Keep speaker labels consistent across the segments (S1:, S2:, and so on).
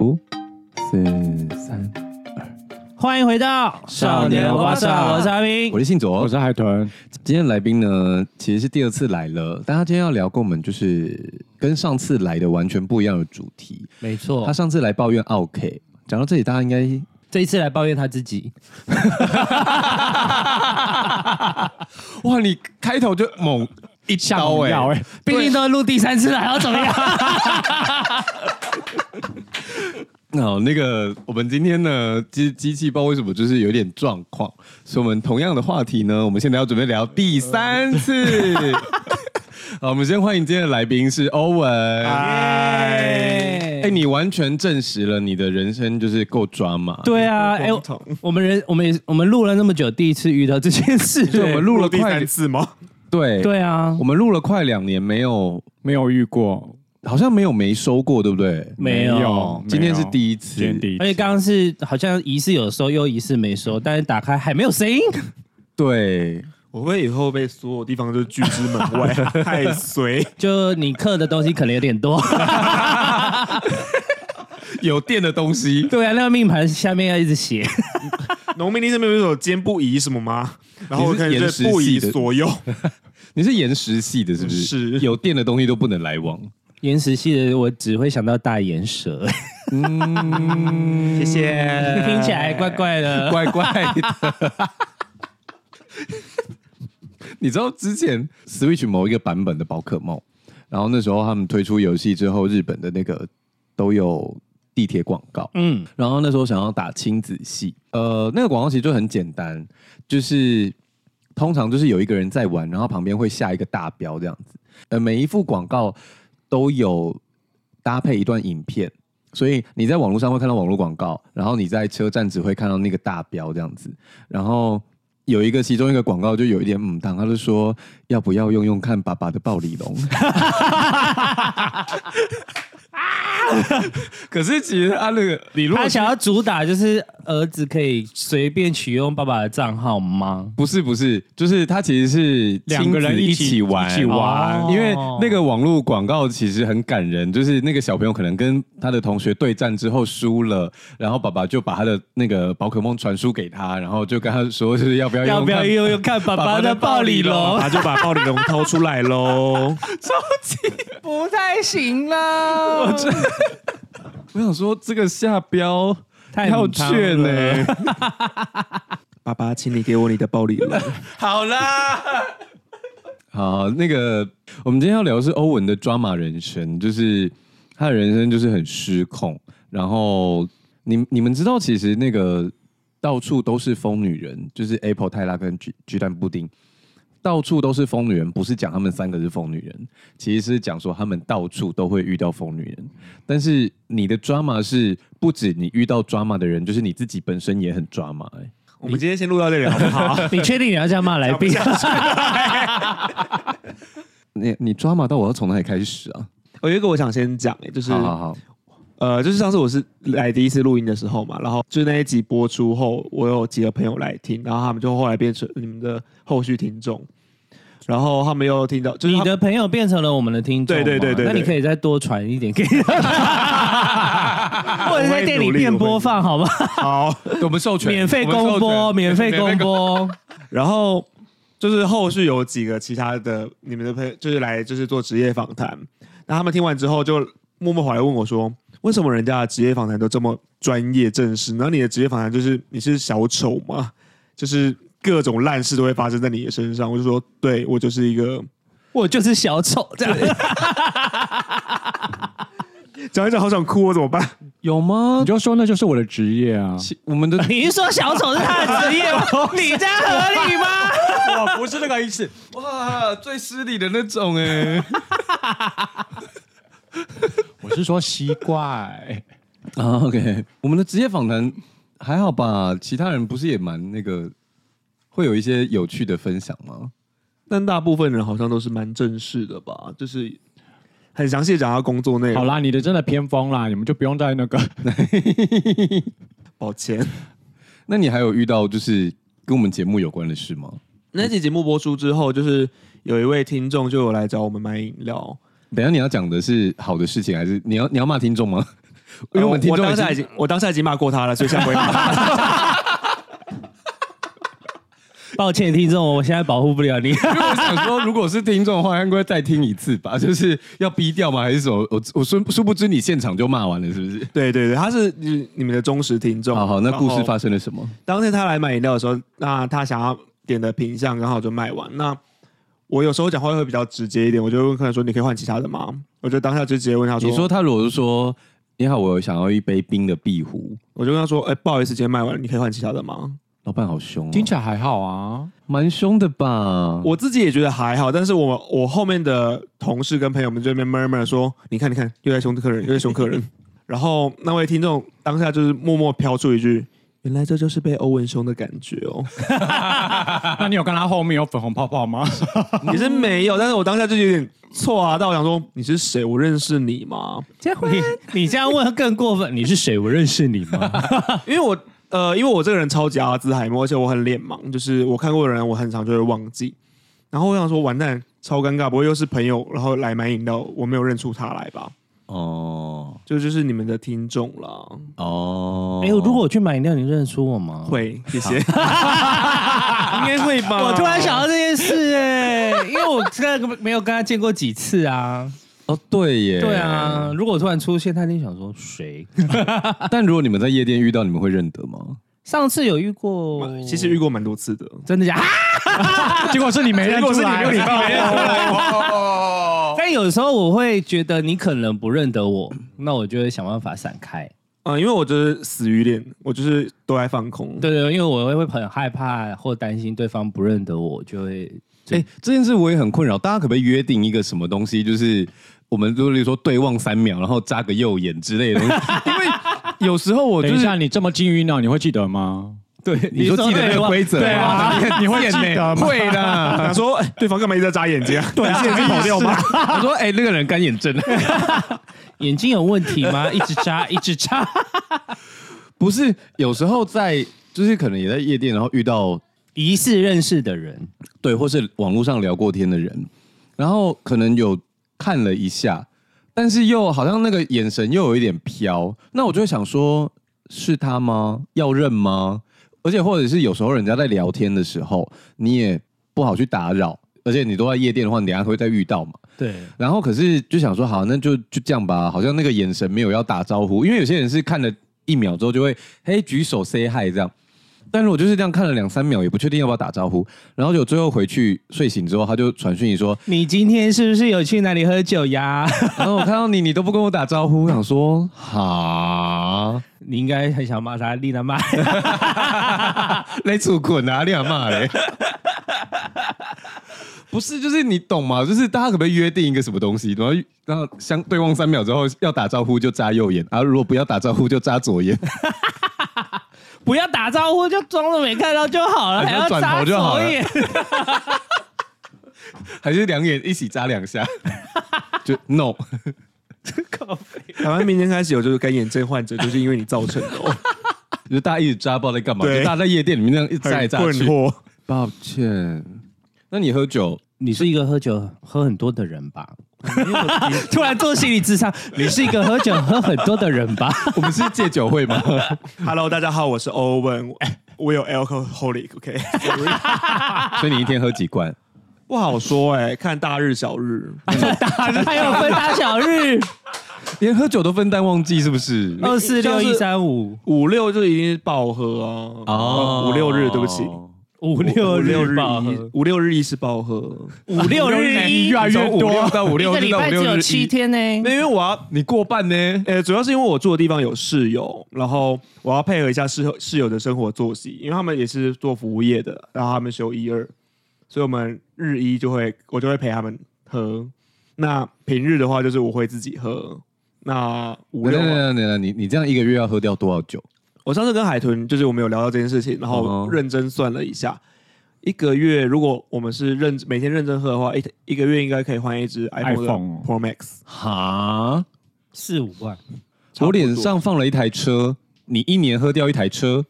S1: 五、四、三，
S2: 欢迎回到
S1: 少年欧巴桑
S2: 我是阿斌
S1: 我。是信
S3: 我
S1: 卓。
S3: 是海豚，
S1: 今天来宾呢，其实是第二次来了，但他今天要聊跟我们就是跟上次来的完全不一样的主题。
S2: 没
S1: 他
S2: 错，
S1: 上次来抱怨 OK，讲到这里，大家应该
S2: 这一次来抱怨他自己，
S1: 哇，你开头就猛一刀哎、
S3: 要哎，
S2: 欸毕竟都录第三次了，还要怎么样？
S1: 哦，那个，我们今天呢，机机器不知道为什么就是有点状况，所以我们同样的话题呢，我们现在要准备聊第三次。 好，我们先欢迎今天的来宾是欧文。哎、
S2: 哎，
S1: 你完全证实了你的人生就是够抓嘛？
S2: 对啊，哎，我我们人，我们也我们录了那么久，第一次遇到这件事，
S1: 对，我们录了
S3: 第
S1: 快
S3: 三次吗？
S1: 对
S2: 对啊
S1: 我，们录了快两年，没有，
S3: 没有遇过，
S1: 好像没有没收过，对不对？哦
S2: 没有
S3: 没有
S1: 今天是第一次
S3: 今天第一
S2: 而
S4: 哎
S2: 且
S3: 次，
S2: 刚刚是好像疑似有收，又疑似没收，但是打开还没有声音。
S1: 对，
S4: 我会以后被所有地方都拒之门外，啊 太随。
S2: 就你刻的东西可能有点 多，
S1: 有电的东西。
S2: 对啊，那个命盘下面要一直 写，
S4: 农民历上面不是有坚不移什么吗？然后我看
S1: 你
S4: 就是不
S1: 岩石系
S4: 以
S1: 的
S4: 所用，
S1: 你是岩石系的，是不是？
S4: 是
S1: 有电的东西都不能来往。
S2: 岩石系的我只会想到大岩蛇，
S4: 谢谢
S2: 听起来怪呃怪的。
S1: 怪怪的。 你知道之前 Switch 某一个版本的宝可梦，然后那时候他们推出游戏之后，日本的那个都有地铁广告，
S2: 嗯，
S1: 然后那时候想要打亲子戏，呃，那个广告其实就很简单，就是通常就是有一个人在玩，然后旁边会下一个大标这样子，呃，每一幅广告都有搭配一段影片，所以你在网络上会看到网络广告，然后你在车站只会看到那个大标这样子，然后。有一个，其中一个广告就有一点嗯当，他就说要不要用用看爸爸的暴力龙，可是其实他那个你如
S2: 他想要主打就是儿子可以随便取用爸爸的账号吗？
S1: 不是不是，就是它其实是
S3: 两
S1: 亲
S3: 个人
S1: 子一
S3: 起
S1: 起玩，
S3: 一起玩，
S2: 哦
S1: 因为那个网络广告其实很感人，就是那个小朋友可能跟他的同学对战之后输了，然后爸爸就把他的那个宝可梦传输给他，然后就跟他说，就是要不要
S2: 要不要
S1: 看
S2: 用用哎看爸爸的暴力龙？
S4: 他就把暴力龙掏出来 喽。
S2: 不太行啦，
S1: 我想说这个下标
S2: 太
S1: 要
S2: 母汤
S1: 券呢、
S4: 哎爸爸，请你给我你的暴力龙。
S1: 好啦。好，那个我们今天要聊的是欧文的抓马人生，就是他的人生就是很失控。然后你你们知道，其实那个到处都是疯女人，就是 Apple 泰拉跟鸡鸡蛋布丁，到处都是疯女人，不是讲他们三个是疯女人，其实是讲说他们到处都会遇到疯女人。但是你的抓马是不止你遇到抓马的人，就是你自己本身也很抓马、欸。
S4: 我们今天先录到这里好不好？
S2: 你确定你要这样骂来 宾？
S1: 你你抓马到我要从哪里开始啊？
S4: 我有一个我想先讲、欸，就是
S1: 好好 好，
S4: 呃，就是上次我是来第一次录音的时候嘛，然后就是那一集播出后，我有几个朋友来听，然后他们就后来变成你们的后续听众，然后他们又听到，就是
S2: 你
S4: 他们
S2: 的朋友变成了我们的听众吗，
S4: 对对对对对
S2: 那你可以再多传一点给 他，或者在店里面播放，好吗？哦
S4: 好，
S1: 我们授权，
S2: 免费公播， 免费公播，
S4: 然后就是后续有几个其他的你们的朋友，就是来就是做职业访谈，那他们听完之后就默默跑来问我说，为什么人家的职业访谈都这么专业正式，然后你的职业访谈就是你是小丑吗？就是各种烂事都会发生在你的身上。我就说，对我就是一个
S2: 我就是小丑这样。
S4: 讲一讲好想哭，我怎么办？
S1: 有吗
S3: 你？就说那就是我的职业啊，
S1: 其 我们的
S2: 你是说小丑是他的职业吗？ 你这样合理吗？
S3: 我不是那个意思，
S1: 哇，最失礼的那种哎、
S3: 我是说习怪，
S1: 啊，OK，我们的职业访谈还好吧？其他人不是也蛮那个，会有一些有趣的分享吗？
S4: 但大部分人好像都是蛮正式的吧，就是很详细地讲他工作内
S3: 好
S4: 容。
S3: 啦，你的真的偏锋啦，你们就不用再那个，
S4: 抱歉，
S1: 那你还有遇到就是跟我们节目有关的事吗？
S4: 那期节目播出之后，就是有一位听众就有来找我们买饮料，
S1: 等一下你要讲的是好的事情，还是你要你要骂听众吗？因哦为我们听
S4: 呃我
S1: 众
S4: 当
S1: 已经
S4: 下已经我当下已经骂 过他了，所以现在不会骂他。
S2: 抱歉，听众，我现在保护不了你。
S1: 因为我想说，如果是听众的话，应该再听一次吧，就是要逼掉吗？还是什么？我我殊殊不知你现场就骂完了，是不是？
S4: 对对对，他是你你们的忠实听众。
S1: 好好，那故
S4: 然
S1: 事
S4: 后
S1: 发生了什么？
S4: 当天他来买饮料的时候，那他想要点的品相刚好就卖完。那我有时候讲话会比较直接一点，我就会问客人说：“你可以换其他的吗？”我就当下就直接问他说：“
S1: 你说，他如果是说你好，我想要一杯冰的壁虎，
S4: 我就跟他说，哎、不好意思，今天卖完了，你可以换其他的吗
S1: 老板好凶、哦，
S3: 听起来还好啊。
S1: 蛮凶的吧？？”
S4: 我自己也觉得还好，但是我我后面的同事跟朋友们这边 murmur 说：“你看，你看，又在凶客人，又在凶客人。”然后那位听众当下就是默默飘出一句：“原来这就是被欧文凶的感觉哦。”
S3: 那你有看他后面有粉红泡泡 吗？
S4: 也是没有，但是我当下就有点错啊，但我想说你是谁？我认识你吗？
S2: 你你这样问更过分，你是谁？我认识你吗？
S4: 因为我呃，因为我这个人超级阿兹海默，而且我很脸盲，就是我看过的人，我很常就会忘记。然后我想说，完蛋，超尴尬，不会又是朋友，然后来买饮料，我没有认出他来吧？
S1: 哦
S4: 就就是你们的听众了，
S1: 哦，
S2: 哎、如果我去买饮料，你认得出我吗？
S4: 会谢谢， 应该会吧？
S2: 我突然想到这件事、哎， 因为我真的没有跟他见过几次啊。
S1: 哦对耶，
S2: 对啊，，如果突然出现，他一定想说 谁？
S1: 但如果你们在夜店遇到，你们会认得吗？
S2: 上次有遇过，
S4: 嗯其实遇过蛮多次的，
S2: 真的假的？
S3: 结果是你 没认出来，
S4: 结果是你没有
S3: 没认出 来。
S4: 哦
S2: 啊但有时候我会觉得你可能不认得我，那我就会想办法闪开。
S4: 嗯、因为我就是死鱼脸，我就是都爱放空。
S2: 对对，因为我会会很害怕或担心对方不认得我，就会
S1: 哎、这件事我也很困扰，大家可不可以约定一个什么东西？就是我们就例如说对望三秒，然后眨个右眼之类的东西，因为有时候我
S3: 等
S1: 就
S3: 一
S1: 是
S3: 下，你这么幸运呢，哦你会记得吗？
S1: 对 你说
S2: 你说
S1: 记得那
S2: 对
S1: 个
S2: 望
S1: 规则，
S3: 对啊
S1: 哇，
S3: 你会
S1: 很
S3: 记
S1: 贱
S3: 得
S1: 呢
S3: 吗
S1: 会的。
S4: 想说，哎、对方干嘛一直在眨眼睛、啊？ 对、
S1: 现在跑掉吗？我说，哎、那个人干眼症，
S2: 眼睛有问题吗？一直眨，一直眨。
S1: 不是有时候在，就是可能也在夜店，然后遇到
S2: 疑似认识的人，
S1: 对，或是网络上聊过天的人，然后可能有看了一下，但是又好像那个眼神又有一点飘，那我就会想说，是他吗？要认吗？而且或者是有时候人家在聊天的时候，你也不好去打扰，而且你都在夜店的话，你等一下会再遇到嘛。
S2: 对，
S1: 然后可是就想说，好，那就就这样吧，好像那个眼神没有要打招呼，因为有些人是看了一秒之后就会，嘿，举手 say hi 这样。但是我就是这样看了两三秒，也不确定要不要打招呼，然后就最后回去睡醒之后，他就传讯息说，
S2: 你今天是不是有去哪里喝酒呀？
S1: 然后我看到你，你都不跟我打招呼，我想说，哈，
S2: 你应该很想骂他，丽娜 骂。
S1: 来出滚啊，你俩骂嘞。不是，就是你懂吗？就是大家可不可以约定一个什么东西，然后然后相对望三秒之后要打招呼就眨右眼，啊，如果不要打招呼就眨左眼。
S2: 不要打招呼，就装作没看到就好 了，
S1: 你
S2: 还
S1: 就
S2: 要
S1: 转
S2: 眨
S1: 头就好
S2: 左
S1: 了
S2: 眼。
S1: 还是两眼一起眨两下，就 no。
S4: 台湾明天开始有就是干眼症患者，就是因为你造成的、 哦，
S1: 就是大家一直眨，不知道在干嘛，
S4: 对
S1: 就大家在夜店里面那样一直眨来
S4: 很
S1: 眨
S4: 困
S1: 去。
S4: 惑。
S1: 抱歉，那你喝酒
S2: 你是一个喝酒喝很多的人吧？
S4: 因为我提
S2: 突然做心理智商，你是一个喝酒喝很多的人 吧？
S1: 我们是戒酒会吗？
S4: Hello，大家好，我是欧文，我有 alcoholic，OK，、
S1: 所以你一天喝几罐？
S4: 不好说哎、看大日小日，
S2: 还有分大小 日，
S1: 连喝酒都分担忘记是不是？
S2: 二四六一三五
S4: 五六就一定是爆喝啊，哦，五六日，对不起，
S2: 五六
S4: 五六日
S2: 吧，
S4: 一，五六日一是爆喝，
S2: 五六日一，
S3: 越来越
S1: 从五六
S3: 多。
S1: 到五
S2: 一
S1: 六
S2: 个
S1: 日
S2: 礼
S1: 到五
S2: 拜只
S1: 六
S2: 有
S1: 日
S2: 七
S1: 一，
S2: 天呢
S4: 那。因为我要。
S1: 你过半呢？
S4: 呃，主要是因为我住的地方有室友，然后我要配合一下室友室友的生活作息，因为他们也是做服务业的，然后他们休一二，所以我们日一就会我就会陪他们喝。那平日的话，就是我会自己喝。那五
S1: 等
S4: 六
S1: 等
S4: 嘛
S1: 等等等，你你这样一个月要喝掉多少酒？
S4: 我上次跟海豚就是我们有聊到这件事情，然
S1: 嗯
S4: 后
S1: 哼
S4: 认真算了一下一个月如果我们是认每天认真喝的话，一一个月应该可以换一只 iPhone 的
S3: iPhone
S4: Pro Max。
S1: 哈，
S2: 四五万，
S4: 差不多
S1: 我脸上放了一台车，你一年喝掉一台车，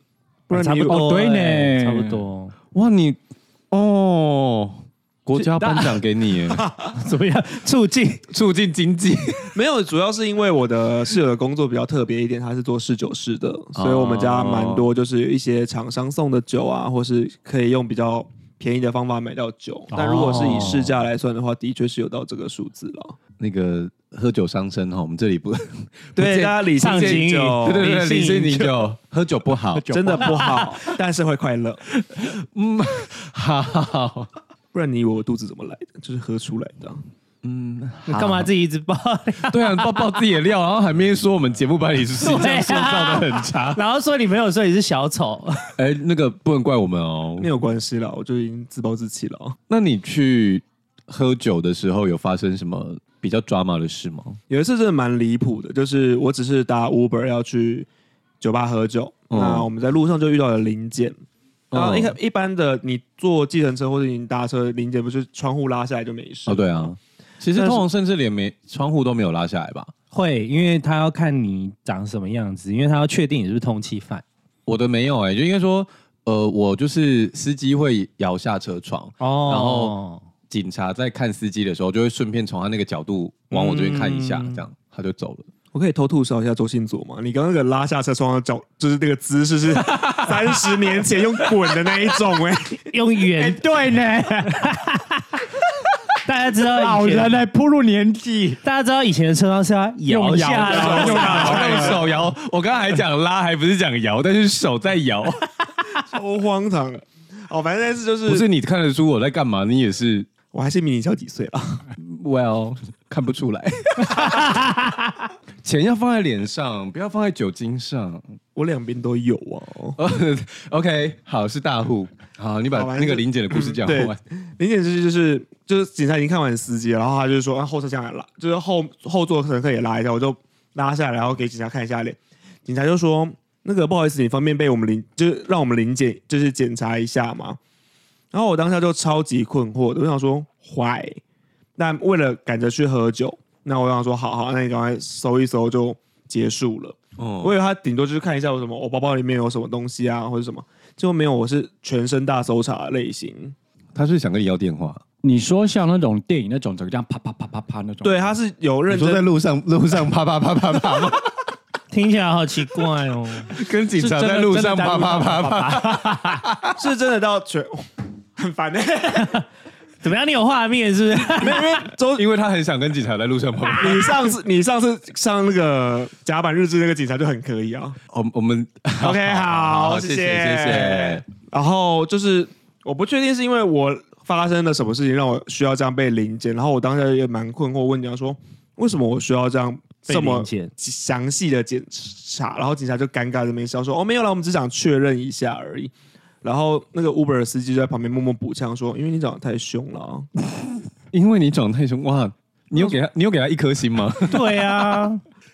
S4: 不然你哦
S2: 差不
S4: 有
S2: 多
S3: 哦对呢
S2: 差不多。
S1: 哇，你哦，国家颁奖给你耶，
S2: 怎么样促进？
S1: 促进经济。
S4: 没有，主要是因为我的室友的工作比较特别一点，他是做侍酒师的，所以我们家
S2: 哦
S4: 蛮多就是一些厂商送的酒啊，或是可以用比较便宜的方法买到酒。但如果是以市价来算的话，的确是有到这个数字了。
S1: 那个喝酒伤身哈，我们这里不，
S4: 对，大家理性
S2: 上
S4: 饮
S2: 进
S4: 酒，
S2: 对对对理性饮
S1: 酒，哦喝酒不好。
S4: 真的不好，但是会快 乐。
S2: 嗯
S1: 好，
S4: 不然你以为我肚子怎么来的？就是喝出来的啊。
S2: 你干嘛自己一直爆？
S1: 对啊，爆爆自己的料，然后还没说我们节目把你形象塑造的很差。
S2: 啊然后说你没有说你是小丑，
S1: 哎，那个不能怪我们哦
S4: 没。有关系啦，我就已经自暴自弃了啊。
S1: 那你去喝酒的时候有发生什么比较 drama 的事吗？
S4: 有一次真的蛮离谱的，就是我只是搭 Uber 要去酒吧喝酒，
S1: 嗯
S4: 那我们在路上就遇到了临检。然后
S1: 嗯
S4: 一看一般的，你坐计程车或者你搭车，临检不是窗户拉下来就没事？
S1: 哦，对啊，其实
S4: 但是
S1: 通常甚至连没窗户都没有拉下来吧。
S2: 会，因为他要看你长什么样子，因为他要确定你是不是通缉犯。
S1: 我的没有哎、就应该说，呃，我就是司机会摇下车窗，
S2: 哦
S1: 然后警察在看司机的时候，就会顺便从他那个角度往我这边看一下，
S2: 嗯
S1: 这样他就走了。
S4: 我可以偷吐槽一下周信佐吗？你刚刚那个拉下车窗的脚，就是那个姿 势是三十年前用滚的那一种哎、
S2: 用圆，
S3: 对呢，
S2: 大家知道
S3: 老
S2: 以前
S3: 人呢，步入年纪，
S2: 大家知道以前的车窗是要摇
S3: 用摇
S2: 下
S3: 的
S2: 来的，
S3: 用啊摇的
S1: 用手摇，我刚刚还讲拉，还不是讲摇，但是手在摇。
S4: 超荒唐的。哦，反正那次 就
S1: 不
S4: 是，
S1: 是你看得出我在干嘛，你也是
S4: 我还是比你小几岁啦。
S1: well 看不出来。钱要放在脸上，不要放在酒精上。
S4: 我两边都有哦。
S1: OK，好是大户，好你把
S4: 好反正
S1: 那个
S4: 就
S1: 林姐的故事讲
S4: 对
S1: 完。
S4: 林检事就是就是警察已经看完司机了，然后他就说，啊，后车厢也拉，就是后后座乘客也拉一下，我就拉下来，然后给警察看一下脸。警察就说，那个不好意思，你方便被我们临就是让我们临检就是检查一下嘛。然后我当下就超级困惑的，我想说坏，那为了赶着去喝酒，那我想说好好，那你赶快搜一搜就结束了。
S1: 哦，
S4: 我以为他顶多就是看一下我什么，哦我、包包里面有什么东西啊，或者什么，结果没有，我是全身大搜查的类型。
S1: 他是想跟你要电话。
S3: 你说像那种电影那种，整个这样啪啪啪啪啪那种，
S4: 对，他是有认
S1: 你说在
S4: 真，
S1: 路上路上啪啪啪啪啪吗？
S2: 听起来好奇怪哦。
S1: 跟警察
S3: 真的
S1: 在路上啪啪啪啪，
S3: 啪，
S4: 是真的到全 很烦欸的、
S2: 怎么样？你有画面是不是？
S4: 没有，因为周
S1: 因为他很想跟警察在路上啪啪啪。
S4: 你上次你上次上那个甲板日志那个警察就很可以啊。
S1: 哦我我们
S4: OK，好，
S1: 谢谢
S4: 谢
S1: 谢。
S4: 然后就是我不确定是因为我发生了什么事情让我需要这样被临检，然后我当下也蛮困惑，问警察说为什么我需要这样这么
S2: 被临检
S4: 详细的检查，然后警察就尴尬的没笑说哦没有啦，我们只想确认一下而已。然后那个 Uber 的司机就在旁边默默补枪说，因为你长得太凶了、啊。
S1: 因为你长得太凶哇，你有给他你有给他一颗心吗？
S2: 对啊，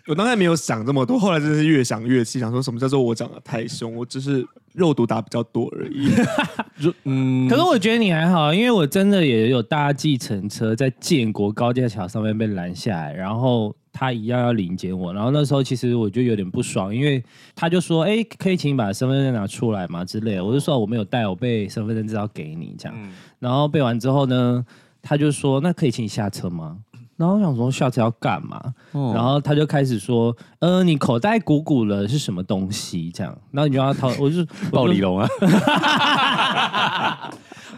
S4: 我当时没有想这么多，后来真的是越想越气，想说什么叫做我长得太凶，我只是肉毒打比较多而已。
S1: 嗯
S2: 可是我觉得你还好，因为我真的也有搭计程车在建国高架桥上面被拦下来，然后他一样要临检我，然后那时候其实我就有点不爽，因为他就说：“哎、可以请你把身份证拿出来吗？”之类的，我就说我没有带，我被身份证资料给你这样。然后背完之后呢，他就说：“那可以请你下车吗？”然后我想说下车要干嘛？
S1: 哦
S2: 然后他就开始说：“呃，你口袋鼓鼓了是什么东西？”这样，然后你就要掏，我就
S1: 暴
S2: 我就
S1: 力 龙啊，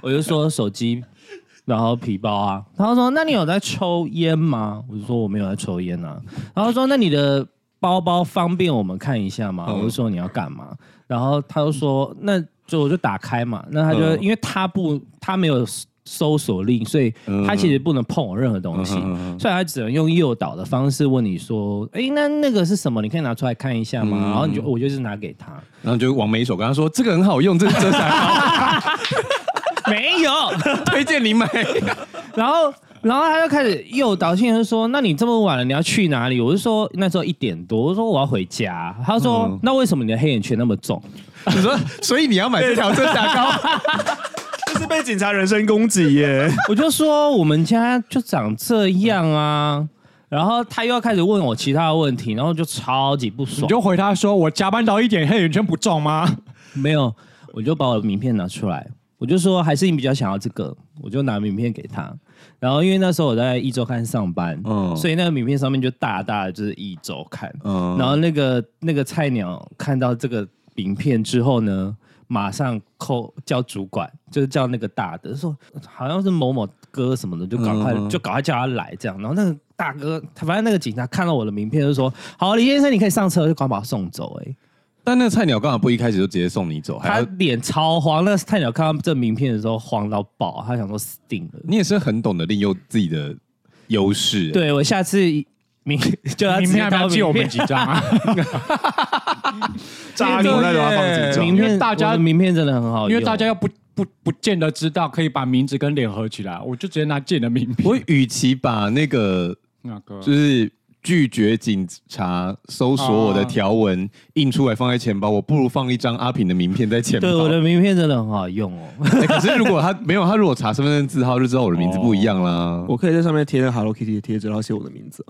S2: 我就说手机，然后皮包啊。他说：“那你有在抽烟吗？”我就说：“我没有在抽烟啊。”然后说：“那你的包包方便我们看一下吗？”
S1: 嗯
S2: 我就说：“你要干嘛？”然后他就说：“那就我就打开嘛。”那他就、
S1: 嗯
S2: 因为他不他没有搜索令，所以他其实不能碰我任何东西，
S1: 嗯嗯嗯嗯
S2: 所以他只能用诱导的方式问你说：“哎，那那个是什么？你可以拿出来看一下吗？”
S1: 嗯
S2: 然后你就我就是拿给 他，
S1: 然后就往眉手跟他说这个很好用，这是遮瑕 膏，
S2: 没有。
S1: 推荐你买。
S2: 然后，然后他就开始诱导性地说：“那你这么晚了，你要去哪里？”我就说那时候一点多，我说我要回家。他说：“
S1: 嗯
S2: 那为什么你的黑眼圈那么重
S1: 你说，所以你要买这条遮瑕膏？
S4: 这是被警察人身攻击耶！？”
S2: 我就说：“我们家就长这样啊。”然后他又要开始问我其他的问题，然后就超级不
S3: 你
S2: 爽。
S3: 就回他说我加班到一点，黑眼圈不重吗？
S2: 没有，我就把我的名片拿出来，我就说还是你比较想要这个，我就拿名片给他。然后因为那时候我在一周刊上班，
S1: 嗯
S2: 所以那个名片上面就大大的就是一周刊。
S1: 嗯
S2: 然后那个那个菜鸟看到这个名片之后呢，马上扣叫主管，就是叫那个大的说，好像是某某哥什么的，就赶快、
S1: 嗯
S2: 就赶快叫他来这样。然后那个大哥，他反正那个警察看到我的名片就说：“好，李先生，你可以上车。”就赶快把他送走、欸。
S1: 但那个菜鸟干嘛不一开始就直接送你走？还
S2: 他
S1: 要
S2: 脸超慌。那菜鸟看到这名片的时候慌到爆，他想说死定了。
S1: 你也是很懂得利用自己的优势、欸，
S2: 对我下次明 就要
S3: 明
S2: 直接
S3: 天要不
S2: 到
S3: 要借我
S2: 名
S3: 们
S2: 片
S3: 几张啊？
S4: 渣女那种要放几
S3: 对
S4: 张
S2: 名
S3: 因为
S2: 片，
S3: 大家
S2: 我的名片真的很好用，
S3: 因为大家又不不不见得知道可以把名字跟脸合起来，我就直接拿借你的名片。
S1: 我与其把那个
S3: 那个
S1: 就是拒绝警察搜索我的条文印出来放在钱包，我不如放一张阿平的名片在钱包。
S2: 对我的名片真的很好用哦。
S1: 哎可是如果他没有，他如果查身份证字号就知道我的名字不一样啦。
S4: 我可以在上面贴个 Hello Kitty 的贴纸，然后写我的名 字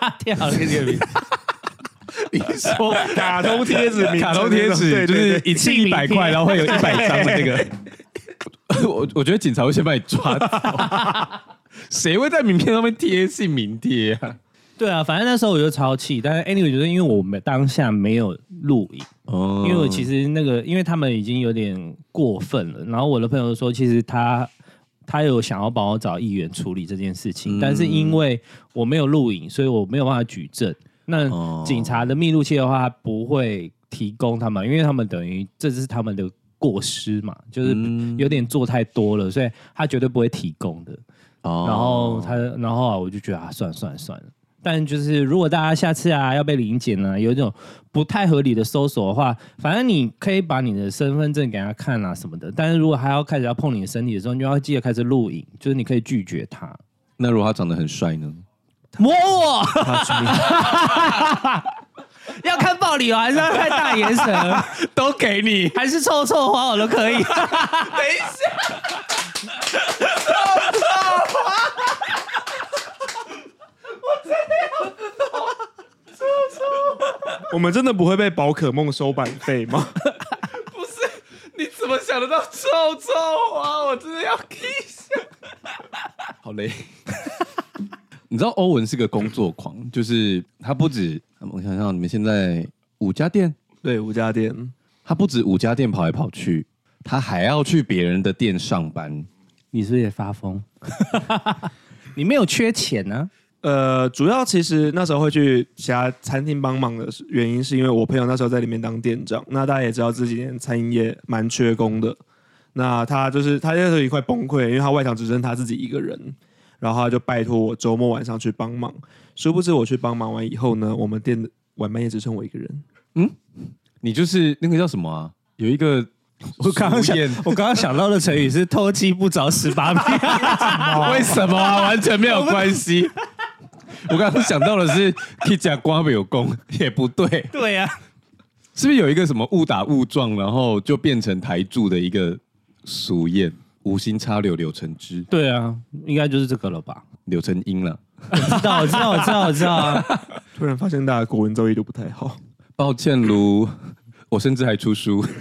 S4: 啊，
S2: 贴好了这 个名字，
S1: 你说
S4: 卡通贴纸，名字
S1: 卡通贴纸
S4: 对对
S1: 就
S4: 对
S1: 是一次一百块，然后会有一百张的那个。 我我觉得警察会先把你抓走， 谁会在名片上面贴姓名贴啊？
S2: 对啊，反正那时候我就超气，但是 anyway 就是因为我们当下没有录影，
S1: 哦
S2: 因为我其实那个因为他们已经有点过分了，然后我的朋友说其实他。他有想要帮我找议员处理这件事情，
S1: 嗯
S2: 但是因为我没有录影，所以我没有办法举证。那
S1: 哦
S2: 警察的密录器的话，他不会提供他们，因为他们等于这是他们的过失嘛，就是
S1: 嗯
S2: 有点做太多了，所以他绝对不会提供的。
S1: 哦
S2: 然后他，然后啊，我就觉得啊，算了算了算了。但就是如果大家下次啊要被临检呢、有一种不太合理的搜索的话，反正你可以把你的身份证给他看啊什么的。但是如果还要开始要碰你的身体的时候，你就要记得开始录影，就是你可以拒绝他。
S1: 那如果他长得很帅呢？
S2: 摸我， 要看暴力哦，还是要看大眼神，
S1: 都给你。
S2: 还是臭臭花我都可以。
S4: 我们真的不会被宝可梦收版费吗？
S1: 你怎么想得到臭臭花？我真的要 kiss。好嘞。 你知道欧文是个工作狂，就是他不止，我想想，你们现在五家店，
S4: 对，五家店，
S1: 他不止五家店跑来跑去，他还要去别人的店上班。
S2: 你是不是也发疯？ 你没有缺钱啊呢、
S4: 呃，主要其实那时候会去其他餐厅帮忙的原因，是因为我朋友那时候在里面当店长。那大家也知道这几年餐饮业蛮缺工的，那他就是他那时候也快崩溃，因为他外场只剩他自己一个人，然后他就拜托我周末晚上去帮忙。殊不知我去帮忙完以后呢，我们店的晚班也只剩我一个人。
S1: 你就是那个叫什么啊？有一个
S2: 我刚刚
S1: 熟
S2: 想
S1: 宴，
S2: 我刚刚想到的成语是“偷鸡不着十八米
S1: 为什么 啊？完全没有关系。我刚刚想到的是 k i j a 瓜没有功也不对”。，
S2: 对啊呀、
S1: 是不是有一个什么误打误撞，然后就变成台柱的一个俗谚？无心插柳柳成枝，
S2: 对啊，应该就是这个了吧？
S1: 柳成荫了。
S2: 我知道，我知道，我知道，我知道啊！
S4: 突然发现大家国文造诣都不太好，
S1: 抱歉卢，我甚至还出书。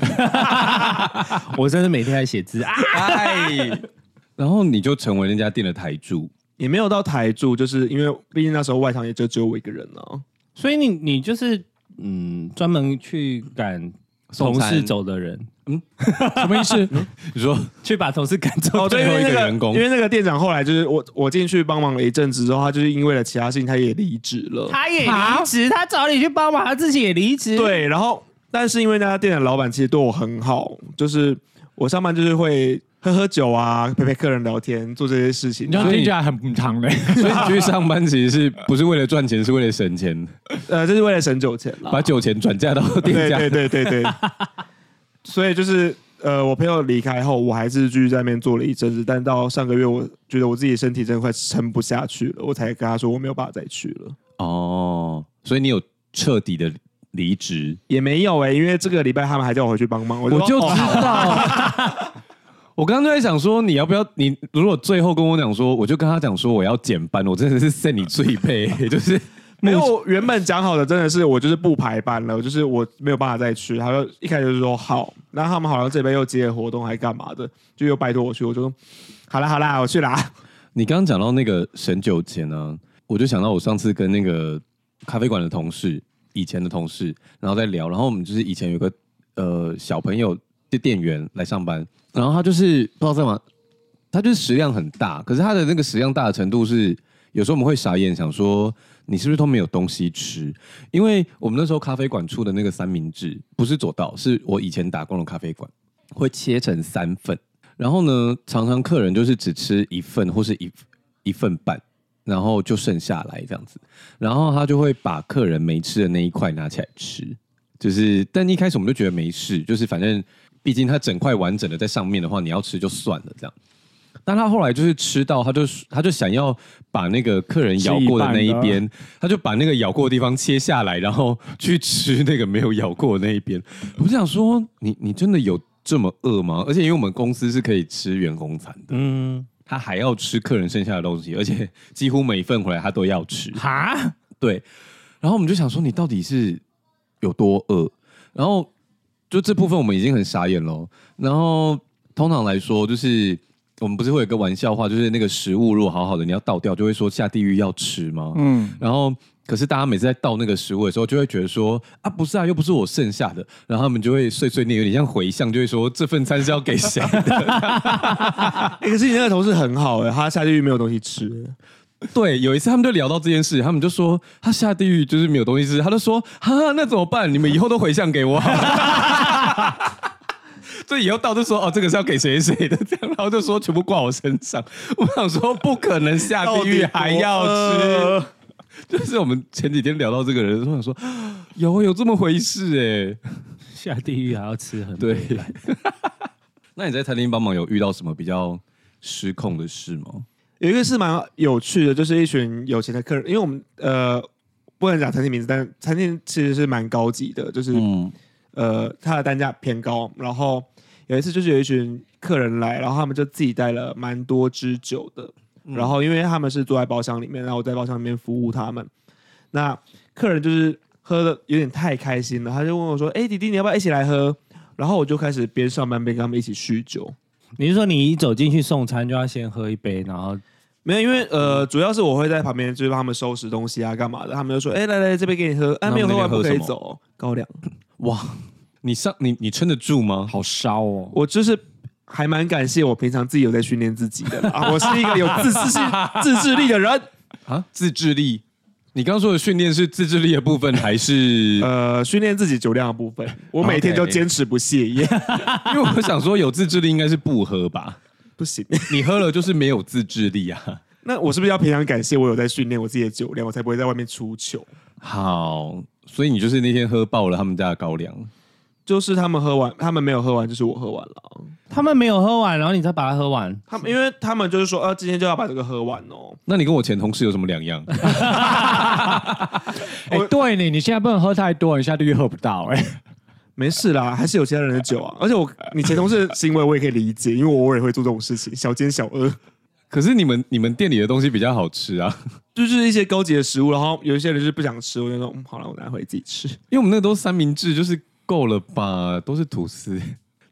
S2: 我真的每天在写字啊。
S1: 哎，然后你就成为那家店的台柱。
S4: 也没有到台柱，就是因为毕竟那时候外场也就只有我一个人啊。
S2: 所以你你就是嗯，专门去赶
S1: 送
S2: 同
S1: 餐
S2: 事走的人，
S3: 什么意思？
S1: 你说
S2: 去把同事赶走。
S4: 哦，对，因为
S1: 最后
S4: 那
S1: 一个
S4: 个
S1: 员工
S4: 因为那个店长后来就是我，我进去帮忙了一阵子之后，他就是因为了其他事情，他也离职了。
S2: 他也离职，他找你去帮忙，他自己也离职。，
S4: 对，然后但是因为那家店的老板其实对我很好，就是我上班就是会喝喝酒啊，陪陪客人聊天，做这些事情
S3: 你。这样
S1: 所以
S3: 听起来很不常嘞。
S1: 所以你去上班其实是不是为了赚钱，是为了省钱，
S4: 呃，这是为了省酒 钱啦。
S1: 把酒钱转嫁到店
S4: 对
S1: 家。
S4: 对对对对。 所以就是呃，我朋友离开后，我还是继续在那边做了一阵子，但到上个月，我觉得我自己身体真的快撑不下去了，我才跟他说我没有办法再去了。
S1: 哦，所以你有彻底的离职。
S4: 也没有哎、因为这个礼拜他们还叫我回去帮忙，我就
S1: 我就
S4: 说
S1: 知
S4: 哦
S1: 道。我刚刚就在想说，你要不要？你 如果最后跟我讲说，我就跟他讲说我要减班，我真的是剩你最配，就是
S4: 没有，我原本讲好的真的是我就是不排班了，就是我没有办法再去。他就一开始就说好，那他们好像这边又接了活动还干嘛的，就又拜托我去，我就说好啦好啦，我去 啦。
S1: 你刚刚讲到那个神酒钱呢，我就想到我上次跟那个咖啡馆的同事，以前的同事，然后在聊，然后我们就是以前有个呃小朋友的店员来上班，然后他就是不知道在嘛，他就是食量很大，可是他的那个食量大的程度是，有时候我们会傻眼，想说你是不是都没有东西吃？因为我们那时候咖啡馆出的那个三明治不是左道，是我以前打工的咖啡馆，会切成三份。然后呢，常常客人就是只吃一份或是一一份半，然后就剩下来这样子，然后他就会把客人没吃的那一块拿起来吃，就是但一开始我们就觉得没事，就是反正毕竟它整块完整的在上面的话，你要吃就算了这样。但他后来就是吃到，他就他就想要把那个客人咬过的那一
S3: 吃一啊
S1: 边，他就把那个咬过的地方切下来，然后去吃那个没有咬过的那一边。我就想说，你你真的有这么饿吗？而且因为我们公司是可以吃员工餐的，
S2: 嗯，
S1: 他还要吃客人剩下的东西，而且几乎每一份回来他都要吃。
S2: 哈，
S1: 对，然后我们就想说你到底是有多饿？然后就这部分我们已经很傻眼了。然后通常来说，就是我们不是会有一个玩笑话，就是那个食物如果好好的你要倒掉，就会说下地狱要吃吗？
S3: 嗯，
S1: 然后可是大家每次在倒那个食物的时候，就会觉得说啊，不是啊，又不是我剩下的，然后他们就会碎碎念，有点像回向，就会说这份餐是要给谁的？
S4: 欸可是你那个同事很好哎、他下地狱没有东西吃、
S1: 对，有一次他们就聊到这件事，他们就说他下地狱就是没有东西吃，他就说哈，那怎么办？你们以后都回向给我。 所以以后到就说哦，这个是要给谁谁的这样，然后就说全部挂我身上。我想说不可能下地狱还要吃， 就是我们前几天聊到这个人，我想说有有这么回事哎、
S2: 下地狱还要吃很
S1: 对。 那你在餐厅帮忙有遇到什么比较失控的事吗？
S4: 有一个是蛮有趣的，就是一群有钱的客人，因为我们呃不能讲餐厅名字，但餐厅其实是蛮高级的，就是、
S1: 嗯，
S4: 呃它的单价偏高。然后有一次就是有一群客人来，然后他们就自己带了蛮多支酒的，然后因为他们是坐在包厢里面，然后我在包厢里面服务他们，那客人就是喝的有点太开心了，他就问我说：“哎、弟弟，你要不要一起来喝？”然后我就开始边上班边跟他们一起酗酒。
S2: 你是说你一走进去送餐就要先喝一杯，然后
S4: 没有，因为呃，主要是我会在旁边，就是帮他们收拾东西啊，干嘛的。他们就说：“哎、来来，这边给你喝，啊，没有喝完不可以走。”高粱，
S1: 哇，你上你你撑得住吗？
S3: 好烧哦。
S4: 我就是还蛮感谢我平常自己有在训练自己的啦 啊，我是一个有自自信、自制力的人。
S1: 啊，自制力。你刚说的训练是自制力的部分，还是？
S4: 呃，训练自己酒量的部 分，我每天都坚持不懈耶，
S1: 因为我想说，有自制力应该是不喝吧？
S4: 不行。
S1: 你喝了就是没有自制力啊。
S4: 那我是不是要平常感谢我有在训练我自己的酒量，我才不会在外面出糗？
S1: 好，所以你就是那天喝爆了他们家的高粱。
S4: 就是他们喝完，他们没有喝完，就是我喝完了。
S2: 他们没有喝完，然后你再把它喝完，
S4: 他们因为他们就是说，呃，今天就要把这个喝完哦。
S1: 那你跟我前同事有什么两样？
S3: 哎、对你，你现在不能喝太多，你下地狱喝不到、哎，
S4: 没事啦，还是有其他人的酒啊。而且我，你前同事的行为我也可以理解，因为我偶尔也会做这种事情，小奸小恶，
S1: 可是你们你们店里的东西比较好吃啊，
S4: 就是一些高级的食物，然后有一些人就是不想吃，我就说，嗯，好了，我拿回自己 吃。
S1: 因为我们那个都是三明治，就是够了吧？都是吐司。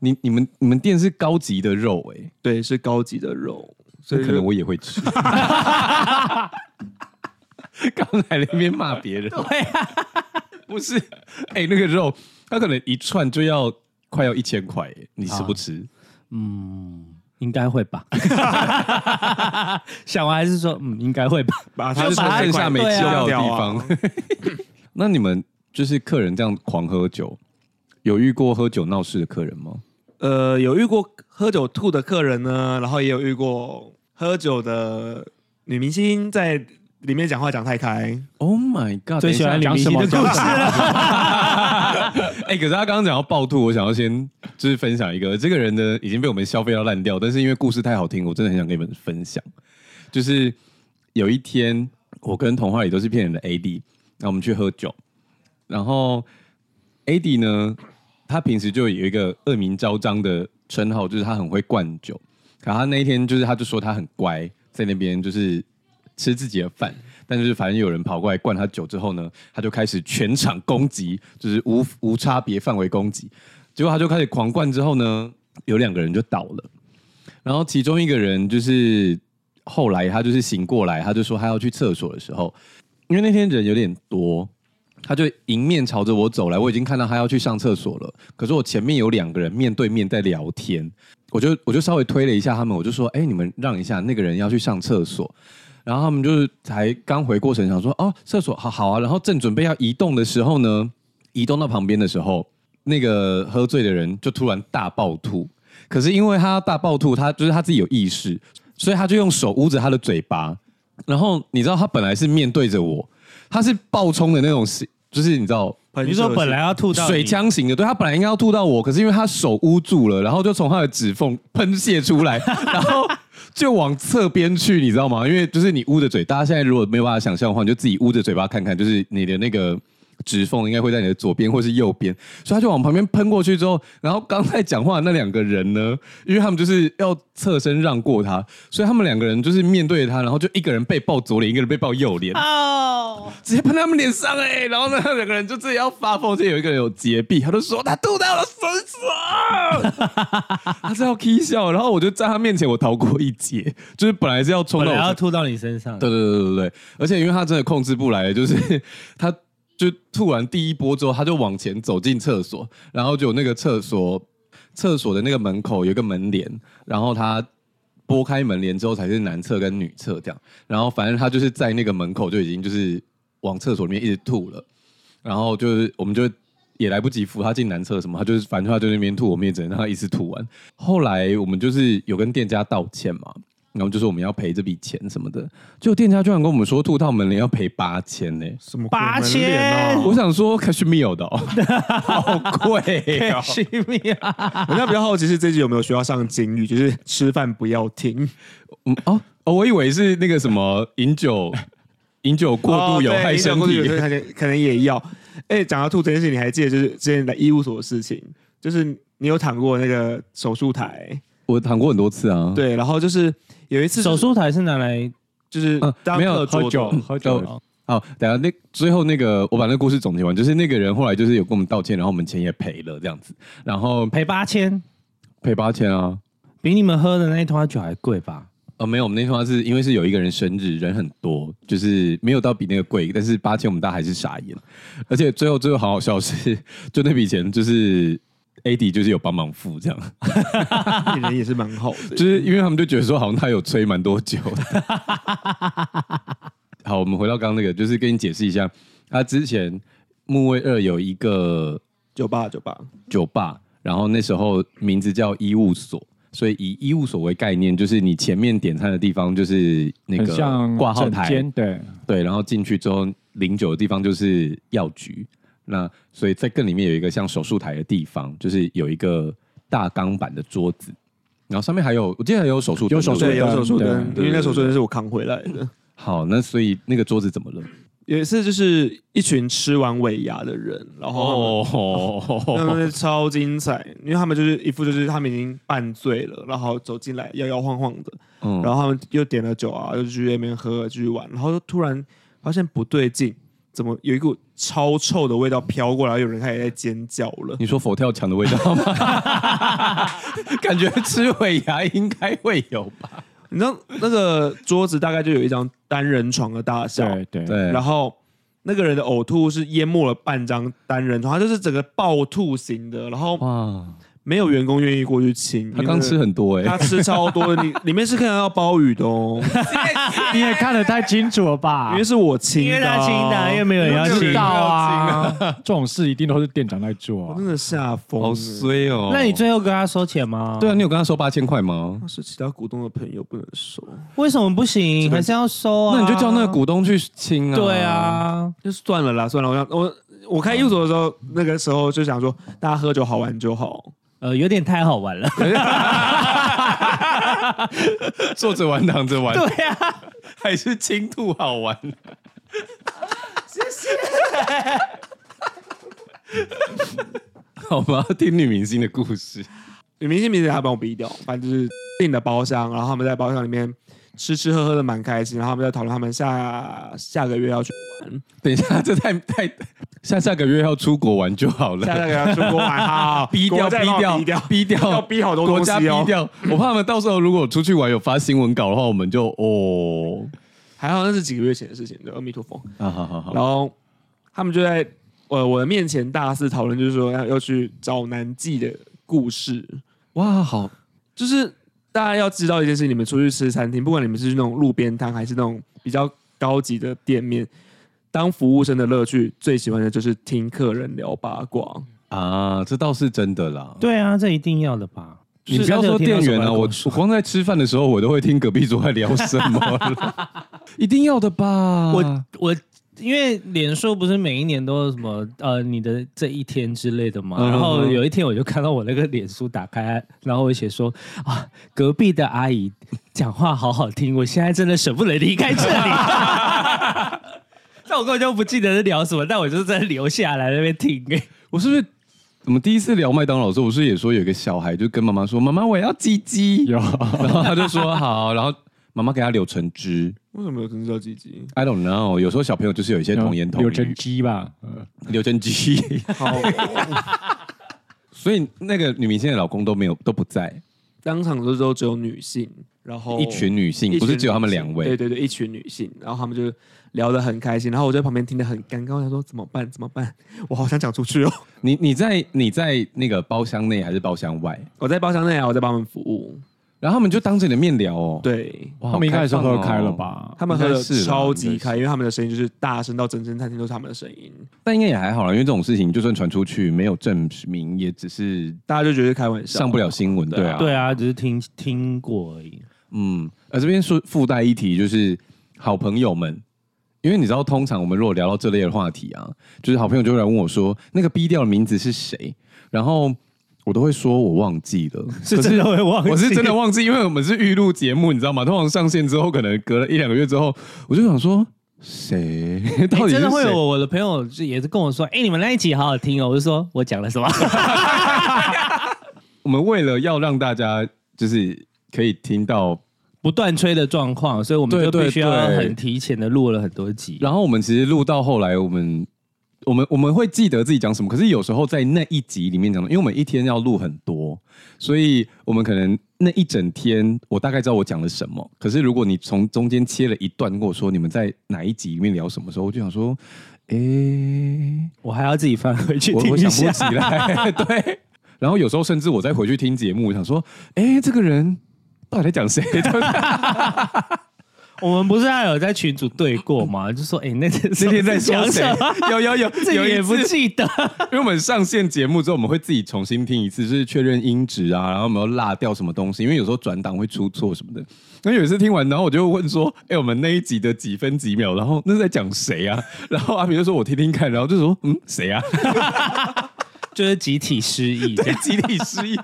S1: 你你们你们店是高级的肉哎、
S4: 对，是高级的肉，
S1: 所
S4: 所以
S1: 以可
S4: 就
S1: 能我也会吃。刚才那边骂别人，对呀、
S2: 啊
S1: 不是，哎、那个肉，它可能一串就要快要一千块，哎你吃不吃？
S2: 嗯，应该会吧。 想完还是说，嗯，应该会吧。
S4: 把
S1: 它
S4: 它
S1: 就
S2: 把它
S1: 剩下没
S2: 对
S1: 吃
S2: 啊
S1: 掉的地
S4: 掉啊
S1: 方。那你们就是客人这样狂喝酒，有遇过喝酒闹事的客人吗？
S4: 呃，有遇过喝酒吐的客人呢，然后也有遇过喝酒的女明星在里面讲话讲太开，
S1: Oh my god！
S2: 最喜欢李
S1: 等
S2: 明
S1: 一下
S2: 熙的故事了。
S1: 哎、可是他刚刚讲到暴吐，我想要先就是分享一个，这个人呢已经被我们消费到烂掉，但是因为故事太好听，我真的很想跟你们分享。就是有一天，我跟童话里都是骗人的 AD，那我们去喝酒，然后 AD 呢，他平时就有一个恶名昭彰的称号，就是他很会灌酒。可他那一天就是，他就说他很乖，在那边就是吃自己的饭，但是反正有人跑过来灌他酒之后呢，他就开始全场攻击，就是无无差别范围攻击。结果他就开始狂灌之后呢，有两个人就倒了，然后其中一个人就是后来他就是醒过来，他就说他要去厕所的时候，因为那天人有点多，他就迎面朝着我走来，我已经看到他要去上厕所了，可是我前面有两个人面对面在聊天，我就我就稍微推了一下他们，我就说，哎、你们让一下，那个人要去上厕所。然后他们就是才刚回过神，想说哦，厕所好好啊。然后正准备要移动的时候呢，移动到旁边的时候，那个喝醉的人就突然大暴吐。可是因为他大暴吐，他就是他自己有意识，所以他就用手捂着他的嘴巴。然后你知道他本来是面对着我，他是暴冲的那种，是啊就是你知道
S4: 喷
S2: 你说
S4: 射
S2: 本来
S4: 性
S2: 要吐到
S1: 水
S2: 你，
S1: 枪型的，对他本来应该要吐到我，可是因为他手捂住了，然后就从他的指缝喷泄出 来，然后就往侧边去，你知道吗？因为就是你捂着嘴，大家现在如果没有办法想象的话，你就自己捂着嘴巴看看，就是你的那个指缝应该会在你的左边或是右边，所以他就往旁边喷过去之后，然后刚才讲话的那两个人呢，因为他们就是要侧身让过他，所以他们两个人就是面对着他，然后就一个人被抱左脸，一个人被抱右脸，
S5: 哦，
S1: 直接喷他们脸上哎、然后呢，两个人就自己要发疯，就有一个人有洁癖，他就说他吐到了身上，啊他是要 k 笑，然后我就在他面前我逃过一劫，就是本来是要冲
S2: 本
S1: 到
S2: 来要
S1: 我，
S2: 吐到你身上。
S1: 对对对对对，而且因为他真的控制不来，就是 他就吐完第一波之后，他就往前走进厕所，然后就有那个厕所厕所的那个门口有一个门帘，然后他。拨开门帘之后才是男厕跟女厕这样，然后反正他就是在那个门口就已经就是往厕所里面一直吐了，然后就是我们就也来不及扶他进男厕什么，他就是反正他就在那边吐，我们也只能让他一次吐完。后来我们就是有跟店家道歉嘛，然后就说我们要赔这笔钱什么的，就店家居然跟我们说吐到门帘要赔八千呢。
S4: 什么鬼
S2: 八
S4: 门帘
S1: 我
S4: 哦
S1: 想说 cashmere 的、哦，好贵、 哦。
S2: 西米啊，
S4: 我现在比较好奇是这集有没有学校上警语，就是吃饭不要停，
S1: 嗯哦哦，我以为是那个什么饮 酒，饮酒过度有害身
S4: 哦对
S1: 体。
S4: 饮酒过度有害身体可能也要。哎，讲到吐这件事，你还记得就是之前来医务所的事情，就是你有躺过那个手术台，
S1: 我躺过很多次啊。
S4: 对，然后就是有一次
S2: 手术台是拿来呃
S4: 就是
S1: 嗯
S4: 当
S1: 没有
S4: 课桌
S1: 喝酒
S4: 的
S3: 喝酒了，
S1: 好，等一下那最后那个，我把那故事总结完，就是那个人后来就是有跟我们道歉，然后我们钱也赔了这样子，然后
S2: 赔八千，
S1: 赔八千啊。
S2: 比你们喝的那一桶酒还贵 吧？
S1: 呃，没有，我们那天话是因为是有一个人生日，人很多，就是没有到比那个贵，但是八千我们大家还是傻眼。而且最后最后好好笑的是，就那笔钱就是 AD 就是有帮忙付这样，
S4: 你人也是蛮好的。
S1: 就是因为他们就觉得说好像他有吹蛮多酒的。 好，我们回到刚刚那个，就是跟你解释一下，他之前木卫二有一个
S4: 酒吧，酒吧，
S1: 酒吧，然后那时候名字叫医务所，所以以医务所为概念，就是你前面点餐的地方就是那
S3: 很
S1: 个
S3: 像
S1: 挂号
S3: 整
S1: 台
S3: 间，对，
S1: 对，然后进去之后领酒的地方就是药局，那所以在更里面有一个像手术台的地方，就是有一个大钢板的桌子，然后上面还有我记得还有手术灯
S3: 有手术
S1: 对不
S4: 对，
S1: 对
S4: 有手术
S3: 对
S4: 灯，因
S1: 对
S4: 为那手术灯是我扛回来的。
S1: 好，那所以那个桌子怎么了？
S4: 有一次就是一群吃完尾牙的人，然后
S1: 哦
S4: 他们、他们超精彩，因为他们就是一副就是他们已经半醉了，然后走进来摇摇晃晃的，
S1: 嗯
S4: 然后他们又点了酒啊，又继续在那边喝，继续玩，然后突然发现不对劲，怎么有一股超臭的味道飘过来，有人开始在尖叫了。
S2: 嗯
S1: 你说佛跳墙的味道吗？ 感觉吃尾牙应该会有吧？
S4: 你知道那个桌子大概就有一张单人床的大小，
S3: 对对，
S1: 对，
S4: 然后那个人的呕吐是淹没了半张单人床，他就是整个暴吐型的，然后
S1: 哇，
S4: 没有员工愿意过去亲。
S1: 他刚吃很多哎、
S4: 他吃超多 的，你里面是看得到鲍鱼的哦，
S3: 你也看得太清楚了吧
S4: 因为？是我亲
S2: 哎因
S4: 的
S2: 为
S4: 啊、
S2: 他清的，因为没有人要
S3: 知
S2: 清。
S3: 道 啊，这种事一定都是店长在做
S4: 我
S3: 啊
S4: 真。的吓疯
S1: 好
S4: 了。
S1: 衰哦。
S2: 那你最后跟他收钱吗？
S1: 对啊，你有跟他收八千块吗
S4: 那？是其他股东的朋友不能收，
S2: 为什么不行？还是要收啊？
S1: 那你就叫那个股东去清啊。
S2: 对，啊，
S4: 就算了啦，算了。我想我我开医务所的时候，那个时候就想说，大家喝酒好玩就好。
S2: 呃，有点太好玩了。
S1: 坐着玩，躺着玩，
S2: 对啊，
S1: 还是清吐好玩。 谢谢。好吧，听女明星的故事。
S4: 女明星名字还帮我逼掉，反正就是订的包厢，然后他们在包厢里面吃吃喝喝的蛮开心，然后他们在讨论他们下下个月要去
S1: 等一下，这太太下下个月要出国玩就好了。
S4: 下下个月要出国玩，好好
S1: 逼掉，逼
S4: 国再帮我
S1: 掉，
S4: 逼掉，
S1: 逼掉，
S4: 要逼好多
S1: 国
S4: 东
S1: 家逼
S4: 西哦。
S1: 掉。我怕他们到时候如果出去玩有发新闻稿的话，我们就哦，
S4: 还好那是几个月前的事情，对，阿弥陀佛。
S1: 啊，好好好，
S4: 然后他们就在呃我的面前大肆讨论，就是说要要去找南纪的故事，
S1: 哇，好，
S4: 就是大家要知道一件事，你们出去吃餐厅，不管你们是去那种路边摊还是那种比较高级的店面，当服务生的乐趣最喜欢的就是听客人聊八卦。
S1: 啊，这倒是真的啦。
S2: 对啊，这一定要的吧？
S1: 你不要说店员啊，我我光在吃饭的时候，我都会听隔壁桌在聊什么了，一定要的吧？
S2: 我我
S1: 嗯
S2: 因为脸书不是每一年都有什么呃你的这一天之类的嘛，
S1: 嗯
S2: 然后有一天我就看到我那个脸书打开，然后我写说啊隔壁的阿姨讲话好好听，我现在真的舍不得离开这里。 但我根本就不记得是聊什么，但我就是在留下来那边 听、欸。
S1: 我是不是我们第一次聊麦当劳的时候，我是不是也说有一个小孩就跟妈妈说：“妈妈，我要鸡鸡。” 然后他就说：“好。”然后妈妈给他柳橙汁。
S4: 为什么有人知道鸡鸡？
S1: I don't know，有时候小朋友就是有一些童言童语。
S3: 柳橙鸡吧，嗯
S1: 柳橙汁。
S4: 好，
S1: 所以那个女明星的老公都没有都不在，
S4: 当场的时候只有女性，然后
S1: 一群女性
S4: 一群
S1: 不是只有他们两
S4: 对
S1: 位。
S4: 对对，一群女性，然后他们就聊得很开心，然后我在旁边听得很尴尬，我想说怎么办？怎么办？我好想讲出去哦。
S1: 你你在你在那个包厢内还是包厢外？
S4: 我在包厢内啊，我在帮他们服务。
S1: 然后他们就当着你的面聊哦。，
S4: 对，
S1: 哇
S3: 他们应该也是喝开
S1: 好放哦
S3: 了？吧？
S4: 他们喝的
S1: 应该是啦
S4: 超级开，因为他们的声音就是大声到整间餐厅都是他们的声音，
S1: 但应该也还好啦，因为这种事情就算传出去没有证明，也只是
S4: 大家就觉得开玩笑。
S1: 上不了新闻。对啊，
S2: 对啊，只是听听过而已。
S1: 嗯，呃，这边说附带一提，就是好朋友们，因为你知道，通常我们如果聊到这类的话题啊，就是好朋友就会来问我说，那个 B 调的名字是谁，然后我都会说我忘记 了，可
S2: 真的会忘
S1: 我是真的忘记，因为我们是预录节目，你知道吗？通常上线之后，可能隔了一两个月之后，我就想说谁 到底是
S2: 哎真的会有
S1: 谁？
S2: 我我的朋友就也是跟我说，哎、你们那一集好好听哦。我就说我讲了什么？
S1: 我们为了要让大家就是可以听到
S2: 不断吹的状况，所以我们就
S1: 对对
S2: 必须要
S1: 对
S2: 很提前的录了很多集。
S1: 然后我们其实录到后来，我们我们我们会记得自己讲什么，可是有时候在那一集里面讲的，因为我们一天要录很多，所以我们可能那一整天我大概知道我讲了什么。可是如果你从中间切了一段跟我说你们在哪一集里面聊什么时候，我就想说，诶，
S2: 我还要自己翻回去
S1: 我
S2: 听
S1: 我
S2: 一
S1: 想
S2: 下
S1: 不。起来， 对。然后有时候甚至我再回去听节目，我想说，诶，这个人到底在讲 谁？
S2: 我们不是还有在群组对过 吗？就说哎、那天
S1: 那天在说
S2: 讲
S1: 谁
S2: 什么？？
S1: 有有有，
S2: 自己
S1: 有一
S2: 也不
S1: 次
S2: 记得。
S1: 因为我们上线节目之后，我们会自己重新听一次，就是确认音质啊，然后有没有落掉什么东西，因为有时候转档会出错什么的。那有一次听完，然后我就问说：“哎、我们那一集的几分几秒？然后那是在讲谁啊？”然后阿平就说：“我听听看。”然后就说：“嗯，谁啊
S2: 就是集体失忆这样。？”
S1: 集体失忆。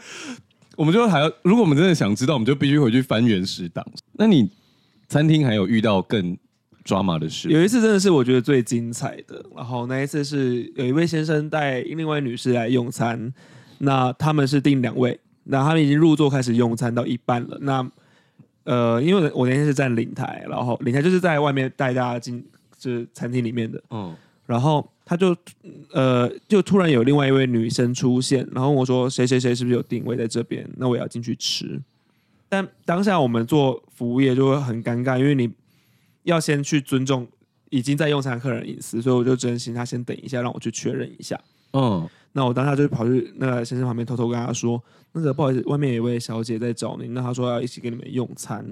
S1: 我们就还要，如果我们真的想知道，我们就必须回去翻原始档。那你餐厅还有遇到更抓马的事？
S4: 有一次真的是我觉得最精彩的，然后那一次是有一位先生带另外一位女士来用餐，那他们是订两位，那他们已经入座开始用餐到一半了，那呃，因为我那天是站领台，然后领台就是在外面带大家进就是餐厅里面的，
S1: 嗯，
S4: 然后他就呃，就突然有另外一位女生出现，然后我说谁谁谁是不是有定位在这边？那我也要进去吃。但当下我们做服务业就会很尴尬，因为你要先去尊重已经在用餐的客人的隐私，所以我就真心他先等一下，让我去确认一下。
S1: 嗯，
S4: 那我当下就跑去那个先生旁边偷偷跟他说：“那个不好意思，外面有一位小姐在找您，那她说要一起跟你们用餐。”